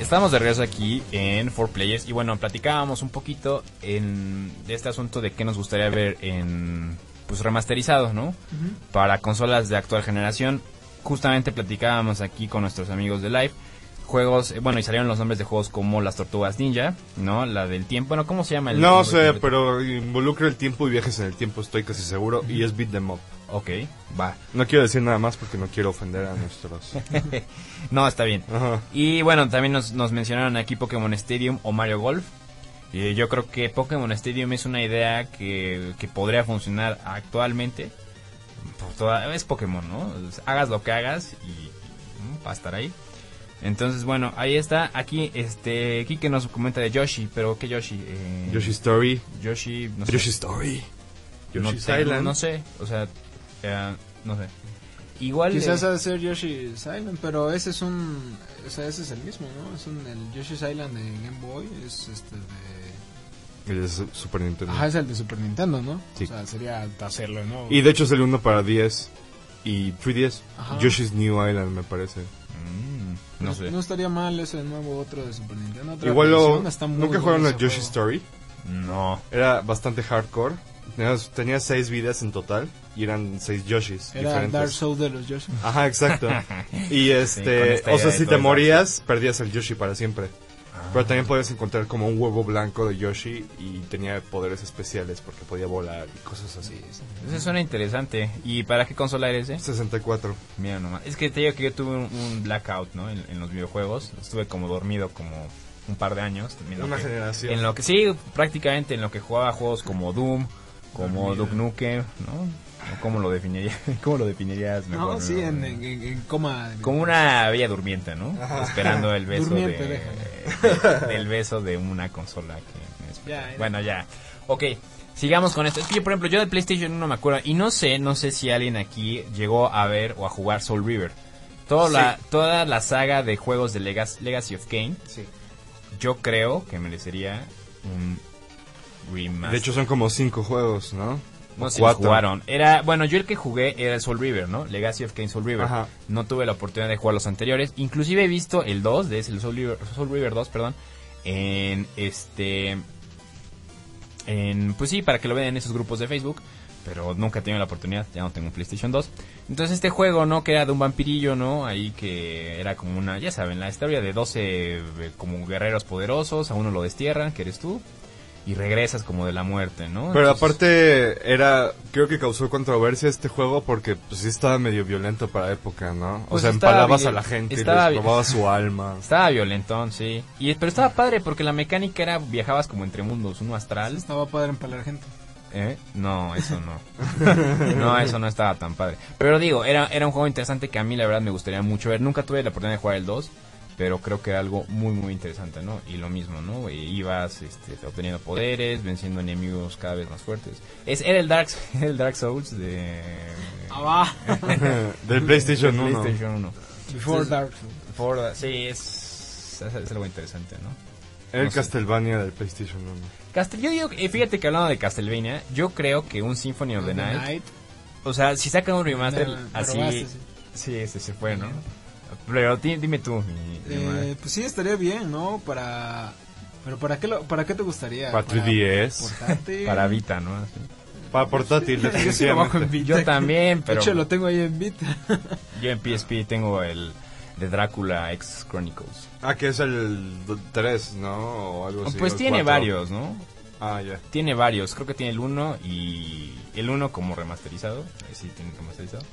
Estamos de regreso aquí en 4 Players y bueno, platicábamos un poquito en, de este asunto de qué nos gustaría ver en pues remasterizado, ¿no? Para consolas de actual generación. Justamente platicábamos aquí con nuestros amigos de Live juegos, eh, bueno, y salieron los nombres de juegos como Las Tortugas Ninja, ¿no? La del tiempo, bueno, ¿cómo se llama? el- No el- sé, el- pero involucra el tiempo y viajes en el tiempo, estoy casi seguro, y es beat them up. Ok, va. No quiero decir nada más porque no quiero ofender (laughs) a nuestros. no, está bien. Ajá. Y bueno, también nos, nos mencionaron aquí Pokémon Stadium o Mario Golf. Y yo creo que Pokémon Stadium es una idea que, que podría funcionar actualmente. Por toda- es Pokémon, ¿no? Hagas lo que hagas y, ¿no? va a estar ahí. Entonces, bueno, ahí está. Aquí, este, Kike nos comenta de Yoshi, pero ¿qué Yoshi? Eh, Yoshi Story. Yoshi, no sé. Yoshi Story. No Yoshi's tengo- Island. No sé, o sea, eh, no sé. Igual. Quizás eh, ha de ser Yoshi's Island, pero ese es un... O sea, ese es el mismo, ¿no? Es un, el Yoshi's Island de Game Boy, es este de... El de Su- Super Nintendo. Ajá, es el de Super Nintendo, ¿no? Sí. O sea, sería hacerlo, ¿no? Y de hecho es el 1 para 10 y 3DS. Ajá. Yoshi's New Island, me parece. mm, no sé. Pues No estaría mal ese nuevo otro de Super Nintendo. Otra Igual lo. versión, está muy ¿Nunca bueno jugaron a ese Yoshi's juego. Story? No. Era bastante hardcore. Tenías, tenías seis vidas en total y eran seis Yoshis Era diferentes. Dark Souls de los (laughs) Yoshi. (laughs) Ajá, exacto. Y con este, esta o idea sea, de si todo te el morías, perdías el Yoshi para siempre. Ah. Pero también podías encontrar como un huevo blanco de Yoshi y tenía poderes especiales porque podía volar y cosas así. Eso suena interesante. ¿Y para qué consola eres, eh? 64. Mira nomás. Es que te digo que yo tuve un, un blackout, ¿no? En, en los videojuegos. Estuve como dormido como un par de años. En lo Una que- generación. En lo que sí, prácticamente en lo que jugaba juegos como Doom, como Duke Nukem, ¿no? ¿O ¿Cómo lo definiría? (laughs) ¿Cómo lo definirías mejor? No, sí, en, no? en, en- en coma. Como una bella durmiente, ¿no? Esperando el beso de, Durmiente, de- del beso de una consola que me espera. Ya, era. Bueno, ya. Ok, sigamos con esto. Es que yo, por ejemplo, yo de PlayStation 1 me acuerdo y no sé, no sé si alguien aquí llegó a ver o a jugar Soul River. Toda la, toda la saga de juegos de Legas- Legacy of Kane, Sí. yo creo que merecería un remaster. De hecho, son como cinco juegos, ¿no? No O sé si los cuatro. jugaron. Era, bueno, yo el que jugué era el Soul River, ¿no? Legacy of Kane Soul River. Ajá. No tuve la oportunidad de jugar los anteriores. Inclusive he visto el 2, de ese, el Soul River, Soul River 2, perdón, en este... En, pues sí, para que lo vean en esos grupos de Facebook. Pero nunca he tenido la oportunidad, ya no tengo un PlayStation 2. Entonces este juego, ¿no? Que era de un vampirillo, ¿no? Ahí que era como una, ya saben, la historia de 12 eh, como guerreros poderosos. A uno lo destierran, que eres tú. Y regresas como de la muerte, ¿no? Pero Entonces- aparte, era. Creo que causó controversia este juego porque, pues, sí estaba medio violento para época, ¿no? Pues o sea, estaba empalabas bien- a la gente y estaba les bien- robabas (laughs) su alma. Estaba violentón, sí. Y, pero estaba padre porque la mecánica era viajabas como entre mundos, uno astral. Estaba padre empalar gente. ¿eh? No, eso no. No, eso no estaba tan padre. Pero digo, era, era un juego interesante que a mí la verdad me gustaría mucho ver. Nunca tuve la oportunidad de jugar el 2, pero creo que era algo muy, muy interesante, ¿no? Y lo mismo, ¿no? E- ibas este, obteniendo poderes, venciendo enemigos cada vez más fuertes. Es, era el Dark, (laughs) era el Dark Souls de... Ah, Del PlayStation 1. PlayStation 1. Before Sí. Dark. For- sí, es, es- es algo interesante, ¿no? Era No el sé. Castlevania del PlayStation 1. Castel- yo digo, eh, fíjate que hablando de Castlevania, yo creo que un Symphony of the Night, o sea, si sacan un remaster No, no, me así, robaste, sí. sí. este se fue, ¿no? Pero ti- dime tú, mi- mi madre. Eh, pues sí, estaría bien, ¿no? Para... Pero ¿para qué, lo- para qué te gustaría? (laughs) Para 3DS. (laughs) portátil? para Vita, ¿no? Así. Para portátil, Yo sí lo bajo en definitivamente. Vita. Yo (laughs) también, pero De hecho, lo tengo ahí (laughs) en Vita. yo en PSP tengo el de Drácula X Chronicles. Ah, que es el 3, ¿no? O algo así. pues o el tiene cuatro. varios, ¿no? Ah, ya. Tiene varios, creo que tiene el 1 y el 1 como remasterizado, eh, sí tiene remasterizado.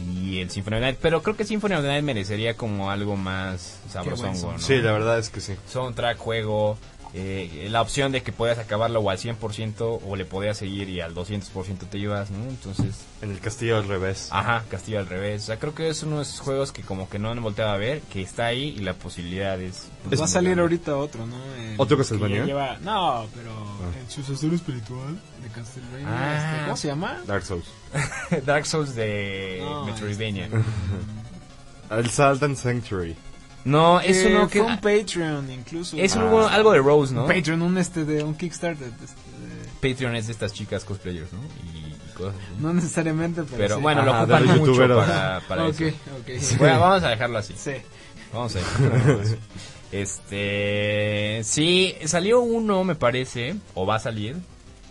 Y el Symphony of the Night, pero creo que Symphony of the Night merecería como algo más sabrosongo, son. ¿no? Sí, la verdad es que sí. soundtrack, juego, eh, la opción de que podías acabarlo o al 100% o le podías seguir y al 200% te ibas, ¿no? Entonces, En el castillo al revés. ajá, Castillo al revés. O sea, creo que es uno de esos juegos que como que no han volteado a ver, que está ahí y la posibilidad es... Va a salir ahorita otro, ¿no? El- ¿Otro que Castlevania? ya lleva- No, pero el sucesor espiritual de Castlevania. Ah. este, ¿Cómo se llama? Dark Souls. (laughs) Dark Souls de No, Metroidvania. El Salt and Sanctuary. No, es Eh, uno que... Fue un Patreon, incluso. Es Ah. algo, algo de Rose, ¿no? Un Patreon, un este de un Kickstarter. este, de- Patreon es de estas chicas cosplayers, ¿no? Y, y cosas así. no necesariamente, pero. Pero sí. Ah, bueno, lo Ajá, de ocupan los mucho youtuberos. para, para ok, eso. (laughs) ok. (laughs) Bueno, vamos a dejarlo así. Sí. Vamos a ver. (laughs) Este. Sí, salió uno, me parece. O va a salir.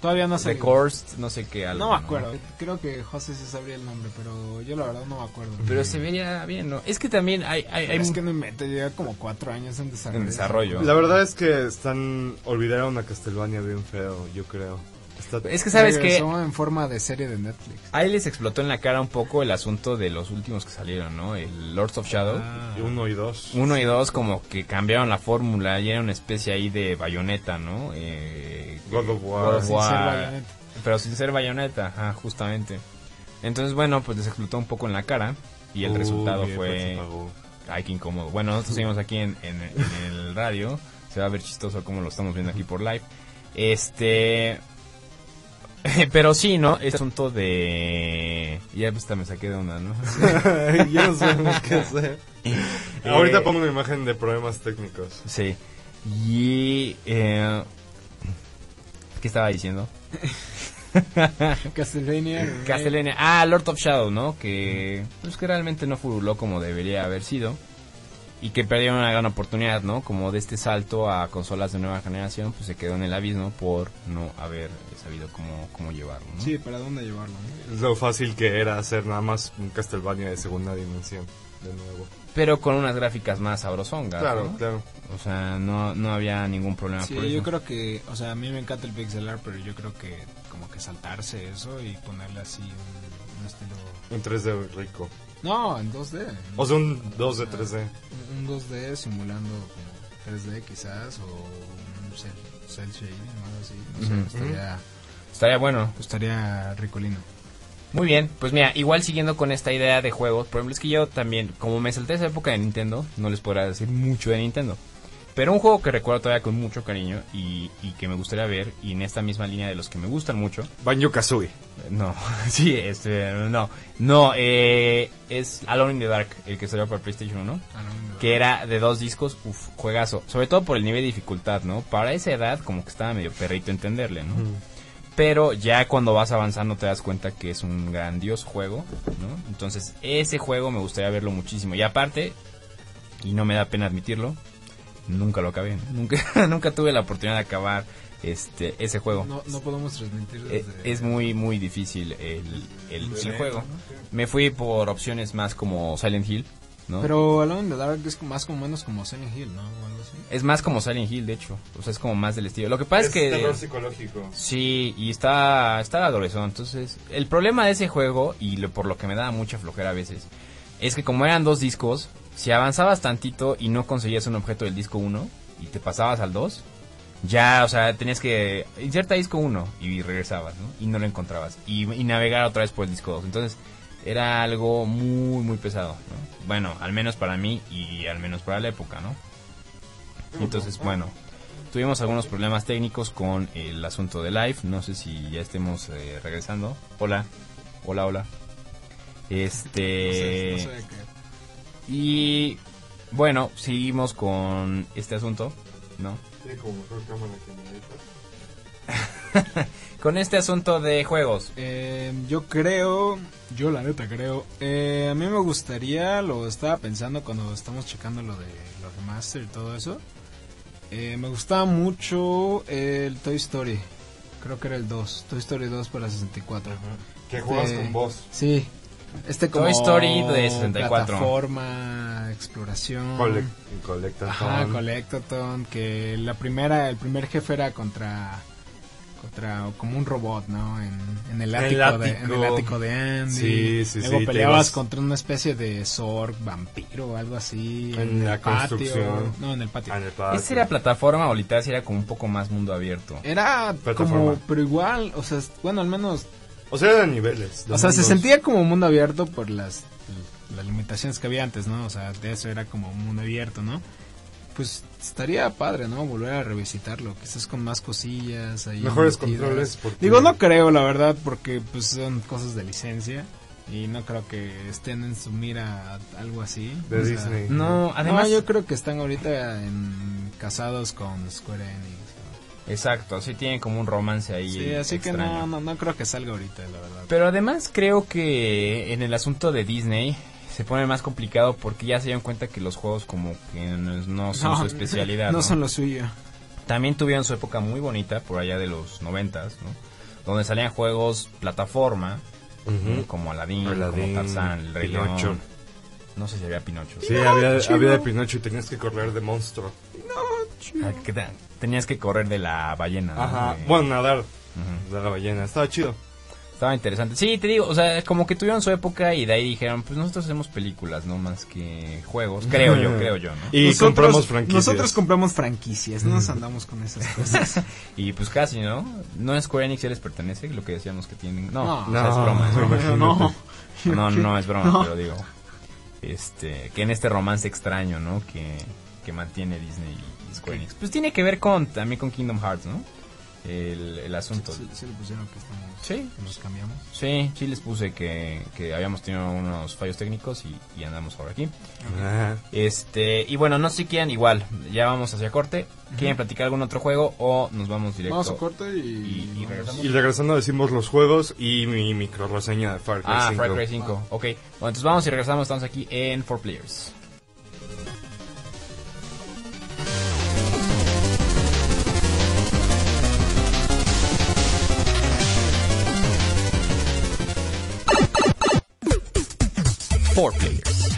Todavía no The sé. Cursed, no sé qué. algo, No me acuerdo. Creo que José sí sabría el nombre, pero yo la verdad no me acuerdo. Pero se vería bien, ¿no? Es que también hay. hay, hay es un- que no me meto, lleva como cuatro años en desarrollo. En desarrollo. La verdad es que están. Olvidaron a Castlevania bien feo, yo creo. Está- Es que sabes que. Regresó en forma de serie de Netflix. Ahí les explotó en la cara un poco el asunto de los últimos que salieron, ¿no? El Lords of Shadow. Ah, Ah. Uno y dos. Uno y dos como que cambiaron la fórmula y era una especie ahí de bayoneta, ¿no? Eh, God of War. Sin ser Bayonetta. Pero sin ser bayoneta, ajá, justamente. Entonces, bueno, pues les explotó un poco en la cara y el Uy, resultado bien, fue... pues, (laughs) apagó. Ay, qué incómodo. Bueno, nosotros seguimos aquí en, en- en el radio. Se va a ver chistoso como lo estamos viendo aquí por live. Este... (laughs) Pero sí, ¿no? Este asunto de... Ya hasta me saqué de onda, ¿no? (laughs) ya no sabemos qué (laughs) hacer. Ahorita Eh, pongo una imagen de problemas técnicos. Sí. Y. eh, ¿Qué estaba diciendo? Castlevania. Castlevania. Ah, Lord of Shadow, ¿no? Que. Pues que realmente no furuló como debería haber sido. y que perdieron una gran oportunidad, ¿no? Como de este salto a consolas de nueva generación, pues se quedó en el abismo por no haber sabido cómo, cómo llevarlo, ¿no? Sí, ¿para dónde llevarlo? no? Es lo fácil que era hacer nada más un Castlevania de segunda dimensión, de nuevo. Pero con unas gráficas más sabrosongas, Claro, ¿no? claro. O sea, no, no había ningún problema Sí, por eso. yo creo que, o sea, a mí me encanta el pixel art, pero yo creo que como que saltarse eso y ponerle así un, un estilo... Un 3D rico. No, en 2D. O sea, un 2 de 3D. Un- un 2D simulando como 3D quizás, o un cel, cel shading o algo así. No sé, Ujú. estaría, Estaría bueno. estaría ricolino. Muy bien, pues mira, igual siguiendo con esta idea de juegos, por ejemplo, es que yo también, como me salté esa época de Nintendo, no les podrá decir mucho de Nintendo. Pero un juego que recuerdo todavía con mucho cariño y, y que me gustaría ver, y en esta misma línea de los que me gustan mucho, Banjo Kazooie. no, (laughs) sí, este, no, no, eh, es Alone in the Dark, el que salió para PlayStation 1, Ah, no, no. que era de dos discos, uff, juegazo, sobre todo por el nivel de dificultad, ¿no? Para esa edad como que estaba medio perrito entenderle, ¿no? Pero ya cuando vas avanzando te das cuenta que es un grandioso juego, ¿no? Entonces, ese juego me gustaría verlo muchísimo. Y aparte, y no me da pena admitirlo, nunca lo acabé. ¿no? Nunca, (laughs) nunca tuve la oportunidad de acabar este ese juego. No, no podemos transmitir Eh, desde... Es muy, muy difícil el, el- el Internet, juego. Me fui por opciones más como Silent Hill, ¿no? Pero Alone in the Dark es más como menos como Silent Hill, ¿no? O algo así. es más como Silent Hill, de hecho. O sea, es como más del estilo. Lo que pasa es, que... psicológico. Sí, y está, está adolescente. Entonces, el problema de ese juego, y lo- por lo que me daba mucha flojera a veces, es que como eran dos discos, si avanzabas tantito y no conseguías un objeto del disco 1 y te pasabas al 2, ya, o sea, tenías que inserta disco 1 y regresabas, ¿no? Y no lo encontrabas. Y, y navegar otra vez por el disco 2. Entonces, era algo muy, muy pesado, ¿no? Bueno, al menos para mí y al menos para la época, ¿no? Entonces, bueno, tuvimos algunos problemas técnicos con el asunto de live. No sé si ya estemos eh, regresando. Hola, hola, hola. No sé, Este. (laughs) no sé de qué. Y bueno, seguimos con este asunto, ¿no? Con este asunto de juegos. Eh, yo creo, yo la neta creo, eh, a mí me gustaría, lo estaba pensando cuando estamos checando lo de los remaster y todo eso, eh, me gustaba mucho el Toy Story, creo que era el 2, Toy Story 2 para 64. Que Este- juegas con voz. Sí, este como Toy Story de 64. plataforma, exploración. Cole- Mm. colecta Ajá, todo. Collectathon, Ah, que la primera, el primer jefe era contra contra como un robot, ¿no? En, en el En ático, el De, en el ático. ático de Andy. Sí, sí, Luego sí, te peleabas ibas- contra una especie de Zorg, vampiro o algo así. En la construcción. No, en el patio. Ah, en el patio. ¿Ese era plataforma o literal sí era como un poco más mundo abierto? Era Plataforma. como, pero igual, o sea, bueno, al menos, O sea, eran niveles. de o sea, se mundos. sentía como mundo abierto por las, las limitaciones que había antes, ¿no? O sea, de eso era como un mundo abierto, ¿no? Pues estaría padre, ¿no? Volver a revisitarlo, quizás con más cosillas. Ahí Mejores metidas. controles. porque- Digo, no creo, la verdad, porque pues son cosas de licencia y no creo que estén en su mira algo así. De O sea, Disney. No, además. no, yo creo que están ahorita en- casados con Square Enix. ¿no? Exacto, sí tienen como un romance ahí. Sí, así que extraño. no, no, no creo que salga ahorita, la verdad. Pero además creo que en el asunto de Disney se pone más complicado porque ya se dieron cuenta que los juegos como que no, no son su especialidad. (laughs) No, ¿no? son lo suyo. También tuvieron su época muy bonita por allá de los noventas, ¿no? Donde salían juegos plataforma ¿no? como Aladdin, como Aladdin, Tarzán, el Rey Pinocho. León. No sé si había Pinocho. Sí, había, había de Pinocho y tenías que correr de monstruo. Ah, que te- Tenías que correr de la ballena. ¿no? Eh, Ajá. De- Bueno, nadar. De la ballena. Estaba chido. Estaba interesante. Sí, te digo, o sea, como que tuvieron su época y de ahí dijeron, pues nosotros hacemos películas, no más que juegos. Creo yo, creo yo, ¿no? Y Nosotros- compramos franquicias. Nosotros compramos franquicias, no nos andamos con esas cosas. Y pues casi, ¿no? No Square Enix ya les pertenece, lo que decíamos que tienen. No, No. o sea, es broma, es broma. no, no. No, no es broma, No. pero digo. Este, que en este romance extraño, ¿no? Que, que mantiene Disney y Square Enix. Pues tiene que ver con también con Kingdom Hearts, ¿no? El, el asunto. Sí, sí le pusieron que estamos. Sí. que Nos cambiamos. Sí, sí les puse que, que habíamos tenido unos fallos técnicos y, y andamos ahora aquí. Ajá. Este, y bueno, no sé si quieren, igual, ya vamos hacia corte. ¿Quieren platicar algún otro juego o nos vamos directo? Vamos a corte y, Y- y regresamos. Y regresando decimos los juegos y mi micro reseña de Far Cry Ah, 5. Far Cry 5. Ok. Bueno, entonces vamos y regresamos. Estamos aquí en 4 Players. Four Players.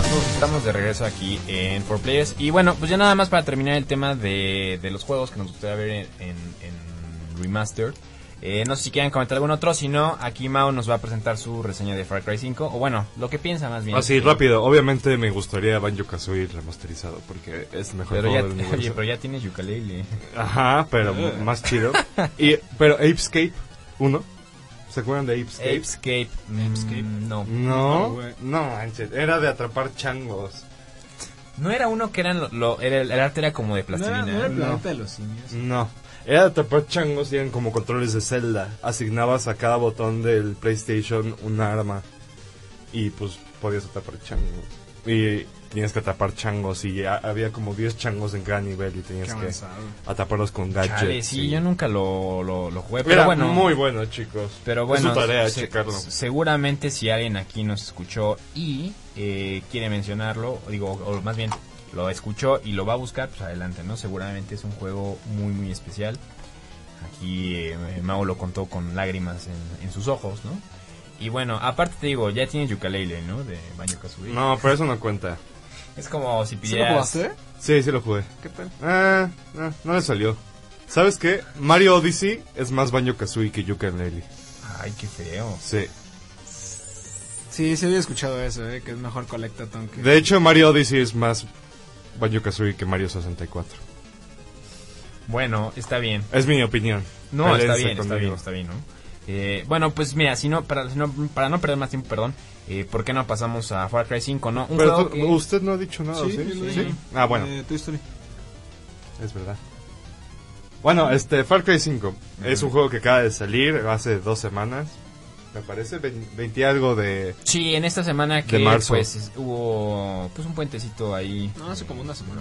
Nosotros estamos de regreso aquí en 4Players. Y bueno, pues ya nada más para terminar el tema de, de los juegos que nos gustaría ver en, en, en Remastered. Eh, no sé si quieran comentar algún otro, si no, aquí Mao nos va a presentar su reseña de Far Cry 5. O bueno, lo que piensa más bien. Así, Ah, rápido. Obviamente me gustaría Banjo Kazooie remasterizado porque es el mejor Pero ya, juego del (laughs) universo. oye, pero ya tienes ukulele. Ajá, pero más chido. Y, pero Apescape 1. ¿Se acuerdan de Apescape? Apescape. Apescape. Mm, no. No, No, güey. no manches. Era de atrapar changos. No era uno que eran lo, lo- era el, el arte era como de ¿No plastilina. era, no era el No. planeta de los simios? No. Era de atrapar changos y eran como controles de celda. Asignabas a cada botón del PlayStation un arma. Y pues podías atrapar changos. Y tenías que atrapar changos. Y a- había como 10 changos en cada nivel. Y Qué tenías que avanzado. atraparlos con Chale, gadgets. sí, y- yo nunca lo, lo, lo jugué, pero Era bueno. muy bueno, chicos. Pero bueno, es su tarea se- checarlo. se- seguramente si alguien aquí nos escuchó y eh, quiere mencionarlo, digo, o más bien lo escuchó y lo va a buscar, pues adelante, ¿no? Seguramente es un juego muy, muy especial. Aquí eh, Mau lo contó con lágrimas en, en sus ojos, ¿no? Y bueno, aparte te digo, ya tienes Yukalele, ¿no? De Banjo Kazooie. No, pero eso no cuenta. Es como si ¿Sí lo pidieras. jugaste? Sí, sí lo jugué. ¿Qué tal? Ah, no, no le salió. ¿Sabes qué? Mario Odyssey es más Banjo Kazooie que Yuka Lely. Ay, qué feo. Sí. Sí, sí había escuchado eso, eh, que es mejor Collectathon que... De hecho, Mario Odyssey es más Banjo Kazooie que Mario 64. Bueno, está bien. Es mi opinión. No, está Pélense bien, está bien, conmigo. está bien, ¿no? Eh, bueno, pues mira, si no, para, si no, para no perder más tiempo, perdón, eh, ¿por qué no pasamos a Far Cry 5, no? Un Pero juego tú- que- usted no ha dicho nada, ¿sí? yo lo ¿Sí? dije. Ah, bueno, Eh, Toy Story. es verdad. Bueno, este, Far Cry 5 es un juego que acaba de salir hace dos semanas. me parece, vein- 20 algo de... Sí, en esta semana que De marzo. pues hubo pues un puentecito ahí. No, hace como una semana.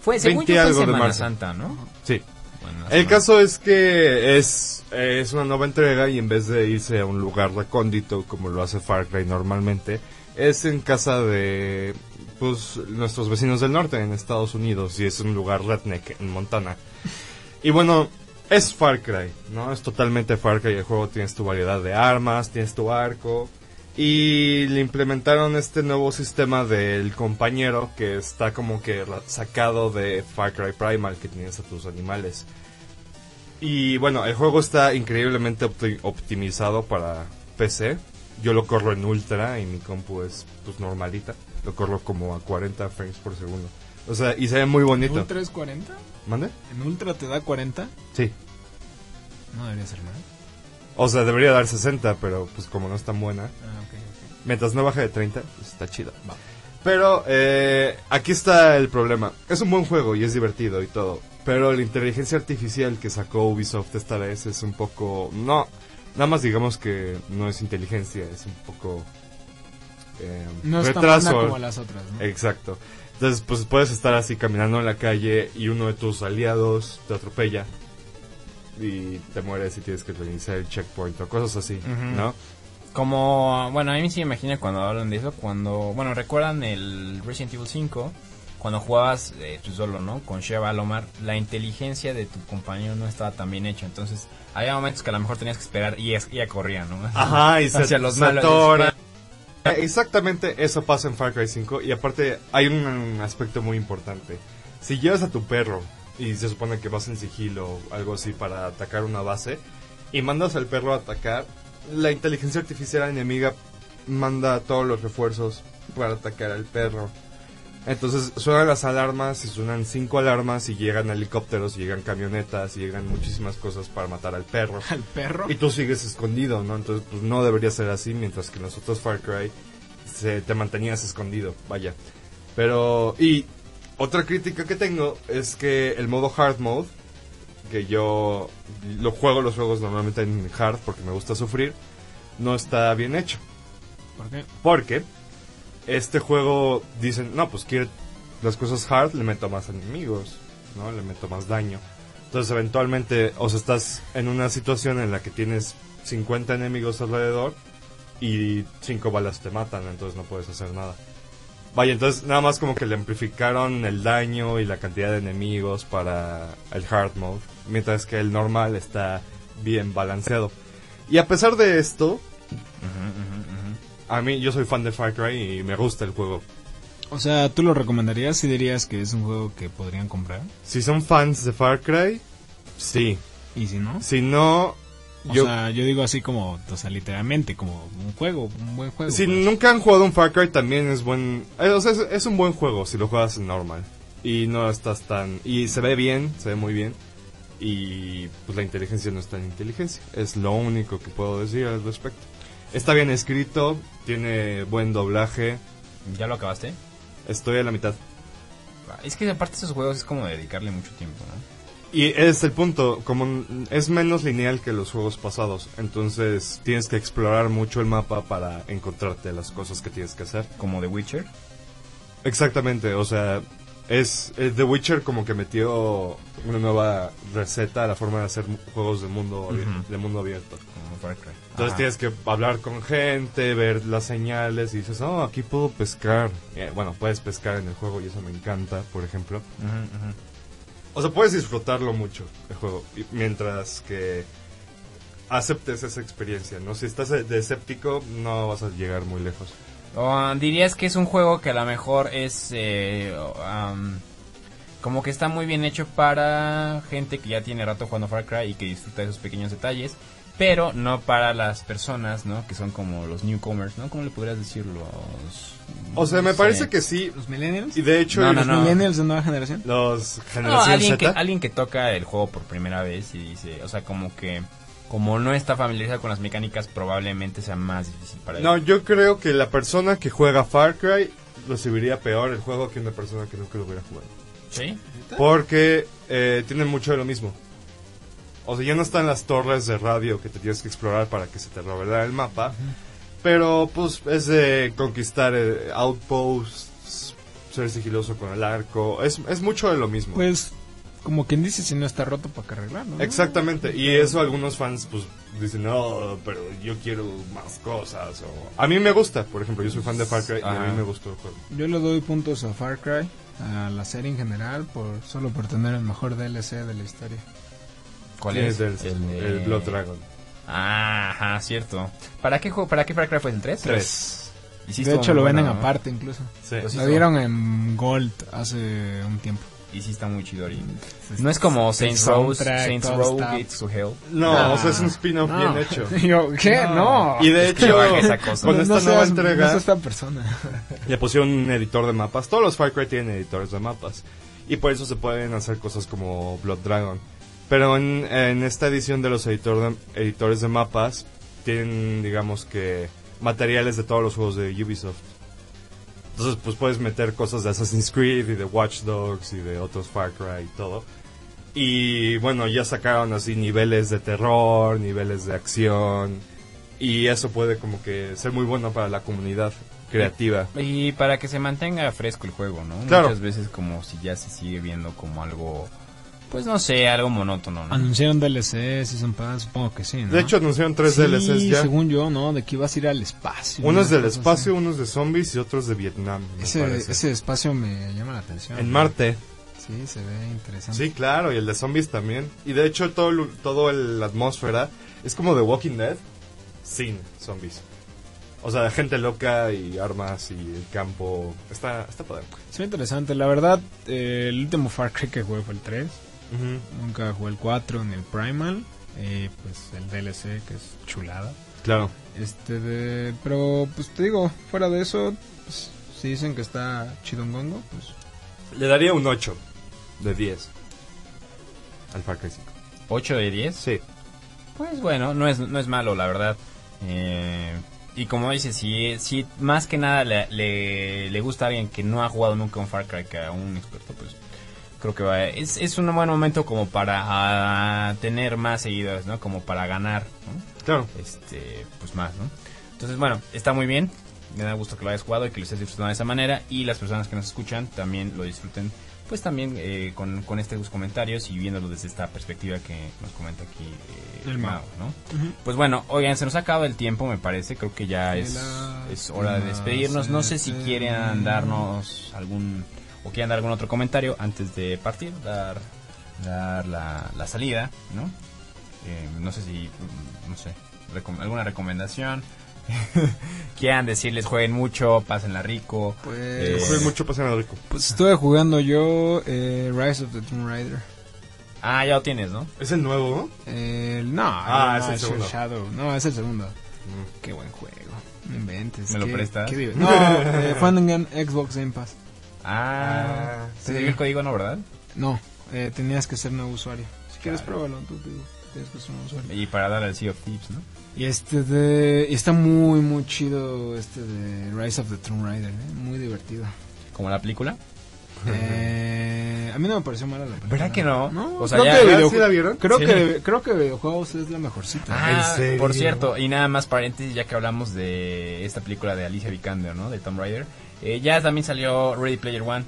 Fue según yo 20 fue algo de Semana marzo. Santa, ¿no? Sí. Bueno, la El semana- caso es que es, eh, es una nueva entrega y en vez de irse a un lugar recóndito como lo hace Far Cry normalmente, es en casa de pues, nuestros vecinos del norte en Estados Unidos y es un lugar redneck en Montana. Y bueno, es Far Cry, ¿no? Es totalmente Far Cry el juego, tienes tu variedad de armas, tienes tu arco. Y le implementaron este nuevo sistema del compañero que está como que ra- sacado de Far Cry Primal que tienes a tus animales. Y bueno, el juego está increíblemente opti- optimizado para PC. Yo lo corro en ultra y mi compu es pues normalita. Lo corro como a 40 frames por segundo. O sea, y se ve muy ¿En bonito. Ultra es 40? ¿Mande? ¿En Ultra te da 40? Sí. No debería ser mal. O sea, debería dar 60, pero pues como no es tan buena. Ah, ok, ok. Mientras no baje de 30, pues, está chida. Pero eh, aquí está el problema. Es un buen juego y es divertido y todo. Pero la inteligencia artificial que sacó Ubisoft esta vez es un poco... No, nada más digamos que no es inteligencia, es un poco... eh, No es tan retraso. buena como las otras, ¿no? Exacto. Entonces, pues puedes estar así caminando en la calle y uno de tus aliados te atropella y te mueres y tienes que reiniciar el checkpoint o cosas así, Ujú. ¿no? Como, bueno, a mí sí me imagino cuando hablan de eso, cuando, bueno, recuerdan el Resident Evil 5, cuando jugabas eh, tú solo, ¿no? Con Sheva Lomar, la inteligencia de tu compañero no estaba tan bien hecha, entonces había momentos que a lo mejor tenías que esperar y es- ella corría, ¿no? Ajá, (laughs) y se, Hacia los se malos. atora. Eh, Exactamente eso pasa en Far Cry 5 y aparte hay un, un aspecto muy importante. Si llevas a tu perro y se supone que vas en sigilo o algo así para atacar una base y mandas al perro a atacar, la inteligencia artificial enemiga manda todos los refuerzos para atacar al perro. Entonces suenan las alarmas y suenan cinco alarmas y llegan helicópteros, y llegan camionetas y llegan muchísimas cosas para matar al perro. Al perro. Y tú sigues escondido, ¿no? Entonces, pues no debería ser así, mientras que en los otros Far Cry se, te mantenías escondido, vaya. Pero, y otra crítica que tengo es que el modo Hard Mode, que yo lo juego los juegos normalmente en Hard porque me gusta sufrir, no está bien hecho. ¿Por qué? Porque este juego dicen, no, pues quiere las cosas hard, le meto más enemigos, ¿no? Le meto más daño. Entonces eventualmente, o sea, estás en una situación en la que tienes 50 enemigos alrededor y 5 balas te matan, entonces no puedes hacer nada. Vaya, entonces nada más como que le amplificaron el daño y la cantidad de enemigos para el hard mode, mientras que el normal está bien balanceado. Y a pesar de esto, a mí yo soy fan de Far Cry y me gusta el juego. O sea, ¿tú lo recomendarías y dirías que es un juego que podrían comprar? Si son fans de Far Cry, sí. ¿Y si no? Si no, O yo sea, yo digo así como, o sea, literalmente, como un juego, un buen juego. si pues. nunca han jugado un Far Cry también es buen, eh, o sea, es, es un buen juego si lo juegas en normal y no estás tan y se ve bien, se ve muy bien y pues la inteligencia no es tan inteligencia, es lo único que puedo decir al respecto. Está bien escrito, tiene buen doblaje, ¿Ya lo acabaste? estoy a la mitad. Es que aparte esos juegos es como dedicarle mucho tiempo, ¿no? Y es el punto, como n- es menos lineal que los juegos pasados, entonces tienes que explorar mucho el mapa para encontrarte las cosas que tienes que hacer. Como The Witcher. Exactamente, o sea, es eh, The Witcher como que metió una nueva receta a la forma de hacer mu- juegos de mundo abier- Ujú. de mundo abierto. Como Far Cry. Entonces Ajá. tienes que hablar con gente, ver las señales y dices, oh, aquí puedo pescar. Eh, bueno, puedes pescar en el juego y eso me encanta, por ejemplo. Ujú, ujú. O sea, puedes disfrutarlo mucho el juego y- mientras que aceptes esa experiencia, ¿no? Si estás eh, de escéptico, no vas a llegar muy lejos. O, um, dirías que es un juego que a lo mejor es eh, o, am, como que está muy bien hecho para gente que ya tiene rato jugando Far Cry y que disfruta de esos pequeños detalles, pero no para las personas, ¿no? Que son como los newcomers, ¿no? ¿Cómo le podrías decir los? O sea, me parece que sí. ¿Los millennials? Y de hecho, No, no, los- ¿Los millennials de nueva generación? los No, generación alguien, Z. que, alguien que toca el juego por primera vez y dice, o sea, como que como no está familiarizado con las mecánicas, probablemente sea más difícil para él. No, yo creo que la persona que juega Far Cry recibiría peor el juego que una persona que nunca lo hubiera jugado. ¿Sí? Porque eh, tiene mucho de lo mismo. O sea, ya no están las torres de radio que te tienes que explorar para que se te revelara el mapa. Pero pues es de conquistar eh, outposts, ser sigiloso con el arco. Es, es mucho de lo mismo. Pues, como quien dice, si no está roto para que arreglarlo. ¿no? Exactamente, y eso algunos fans pues dicen, no, pero yo quiero más cosas. O... A mí me gusta, por ejemplo, yo soy fan de Far Cry y a Ajá. mí me gustó el juego. Yo le doy puntos a Far Cry, a la serie en general, por solo por tener el mejor DLC de la historia. ¿Cuál Sí, es? del- El, de- Blood Dragon. Ah, Ajá, cierto. ¿Para qué, juego, ¿Para qué Far Cry fue el 3? 3. Y sí de estuvo hecho, muy lo venden bueno, ¿no? aparte incluso. Sí. Pues sí, lo son- dieron en Gold hace un tiempo. Y sí está muy chido. y- No es como Saints Row, soundtrack, Saints todo Row, está- Gates to Hell. No, Ah. o sea, es un spin-off (laughs) bien hecho. Yo, ¿qué? No. Y de Es que hecho, baje esa cosa. con No- esta no nueva seas- entrega no seas tan persona. le pusieron un editor de mapas. Todos los Far Cry tienen editores de mapas. Y por eso se pueden hacer cosas como Blood Dragon. Pero en, en esta edición de los editor de- editores de mapas tienen, digamos que, materiales de todos los juegos de Ubisoft. Entonces, pues puedes meter cosas de Assassin's Creed y de Watch Dogs y de otros Far Cry y todo. Y bueno, ya sacaron así niveles de terror, niveles de acción. Y eso puede como que ser muy bueno para la comunidad creativa. Y para que se mantenga fresco el juego, ¿no? Claro. Muchas veces como si ya se sigue viendo como algo, pues no sé, algo monótono, ¿no? Anunciaron DLC, Season Pass, supongo que sí, ¿no? De hecho, anunciaron tres Sí, DLCs ya. según yo, ¿no? De que ibas a ir al espacio. Uno es una del cosa espacio, uno es de zombies y otro es de Vietnam. así. me Ese, parece. ese espacio me llama la atención. En Marte. Sí, se ve interesante. Sí, claro, y el de zombies también. Y de hecho, todo, el- todo el- la atmósfera es como The Walking Dead sin zombies. O sea, gente loca y armas y el campo. Está, está padre. Se ve interesante. La verdad, eh, el último Far Cry que jugué fue el 3. Nunca jugué el 4 ni el Primal. Eh, pues el DLC, que es chulada. Claro. Este de... Pero, pues te digo, fuera de eso, pues, si dicen que está chidongongo, pues... Le daría un 8 de 10 al Far Cry 5. 8 de 10. Sí. Pues bueno, no es, no es malo, la verdad. Eh, y como dices, si, si más que nada le, le, le gusta a alguien que no ha jugado nunca un Far Cry que a un experto, pues creo que va. Es, es un buen momento como para ah, tener más seguidores, ¿no? Como para ganar, ¿no? Claro. Este, pues más, ¿no? Entonces, bueno, está muy bien. Me da gusto que lo hayas jugado y que lo estés disfrutando de esa manera. Y las personas que nos escuchan también lo disfruten, pues también eh, con, con estos comentarios y viéndolo desde esta perspectiva que nos comenta aquí eh, El Mau. ¿no? Pues bueno, oigan, se nos ha acabado el tiempo, me parece. Creo que ya Sí, es, la- es hora de la- despedirnos. No sé si sí. quieren darnos algún. o quieran dar algún otro comentario antes de partir, dar, dar la, la salida, ¿no? Eh, no sé si. mm, no sé. recom- alguna recomendación. (laughs) quieran decirles, jueguen mucho, pásenla rico. Pues- eh, Fue mucho pasando rico. Pues estuve jugando yo eh, Rise of the Tomb Raider. Ah, ya lo tienes, ¿no? Es el nuevo, Eh, no, Ah, no, es el segundo. Shadow. No, es el segundo. Qué buen juego. No inventes. Mm. ¿Me lo qué- prestas? qué (laughs) diver- no, eh, fue en en Xbox Game Pass. Ah, Ah, se sí. dio el código, ¿no, verdad? No, eh, tenías que ser nuevo usuario. Si quieres, pruébalo. Tú, te digo, tienes que ser nuevo usuario. Y para dar al Sea of Tips, ¿no? Y este de. y está muy, muy chido este de Rise of the Tomb Raider. eh, (laughs) Muy divertido. Como la película. Eh, a mí no me pareció mala la película. ¿Verdad que no? No, O sea, creo ya- que ¿verdad? videoju- ¿Sí la vieron? Creo, Sí. que, creo que videojuegos es la mejorcita. Ah, ¿En serio? por cierto, y nada más paréntesis, ya que hablamos de esta película de Alicia Vikander, ¿no? De Tomb Raider. Eh, ya también salió Ready Player One.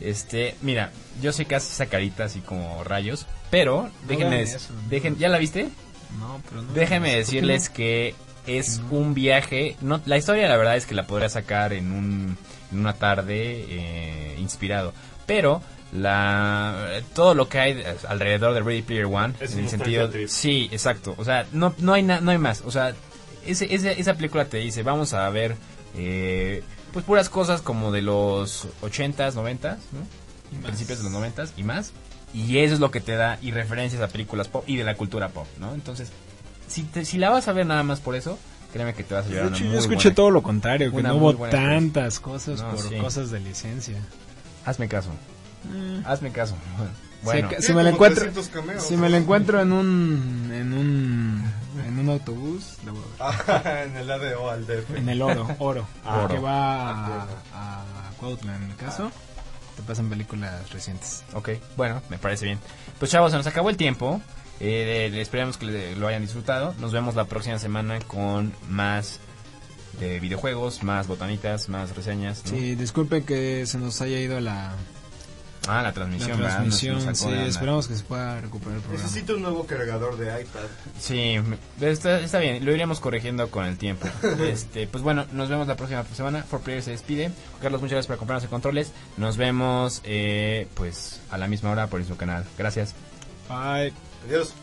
Este, mira, yo sé que hace esa carita así como rayos, pero déjenme, vean des- eso. dejen, ¿ya la viste? No, pero no. Déjenme ¿Por qué decirles no? que es un viaje, no, la historia la verdad es que la podría sacar en, un, en una tarde eh, inspirado, pero la todo lo que hay de- alrededor de Ready Player One Es en el un sentido nostalgia trip. sí exacto o sea no no hay na- no hay más o sea ese- ese- esa película te dice vamos a ver eh, pues puras cosas como de los 80s 90s ¿no? principios de los 90 y más. Y eso es lo que te da y referencias a películas pop y de la cultura pop, ¿no? Entonces, si, te- si la vas a ver nada más por eso, créeme que te vas a Pues, De llevar hecho, una yo muy escuché buena- todo lo contrario, que una no muy hubo buena tantas cosas No, por sí. cosas de licencia. Hazme caso, Mm. hazme caso. (laughs) Bueno, Se- ¿eh? Si me Como la encuentro, 300 cameos, si ¿no? me la encuentro en un en un en un autobús, la voy a ver. Ah, (laughs) en el ADO al DF. en el oro, (laughs) oro, Ah, que oro. Ah. va a, a Cuautla en el caso. Te pasan películas recientes. ok, bueno, me parece bien. Pues chavos, se nos acabó el tiempo. Eh, de- esperamos que le- lo hayan disfrutado. Nos vemos la próxima semana con más de videojuegos, más botanitas, más reseñas. ¿no? Sí, disculpen que se nos haya ido la, Ah, la la transmisión. ¿verdad? Nos- transmisión. nos sacó sí, de onda. esperamos que se pueda recuperar el programa. Necesito un nuevo cargador de iPad. Sí, me- está, está bien, lo iremos corrigiendo con el tiempo. Este, pues bueno, nos vemos la próxima semana. For Player se despide. Carlos, muchas gracias por comprarnos de controles. Nos vemos eh, pues a la misma hora por su canal. Gracias. Bye. Adiós.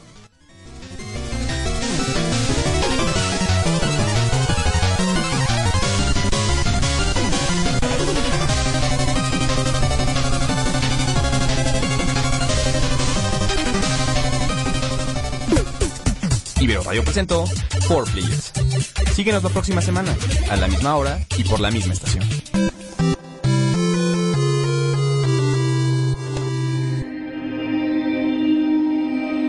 Ibero Radio presentó Four Players. Síguenos la próxima semana, a la misma hora y por la misma estación.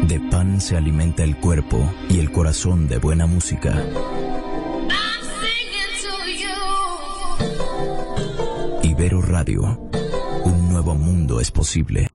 De pan se alimenta el cuerpo y el corazón de buena música. I'm singing to you. Ibero Radio. Un nuevo mundo es posible.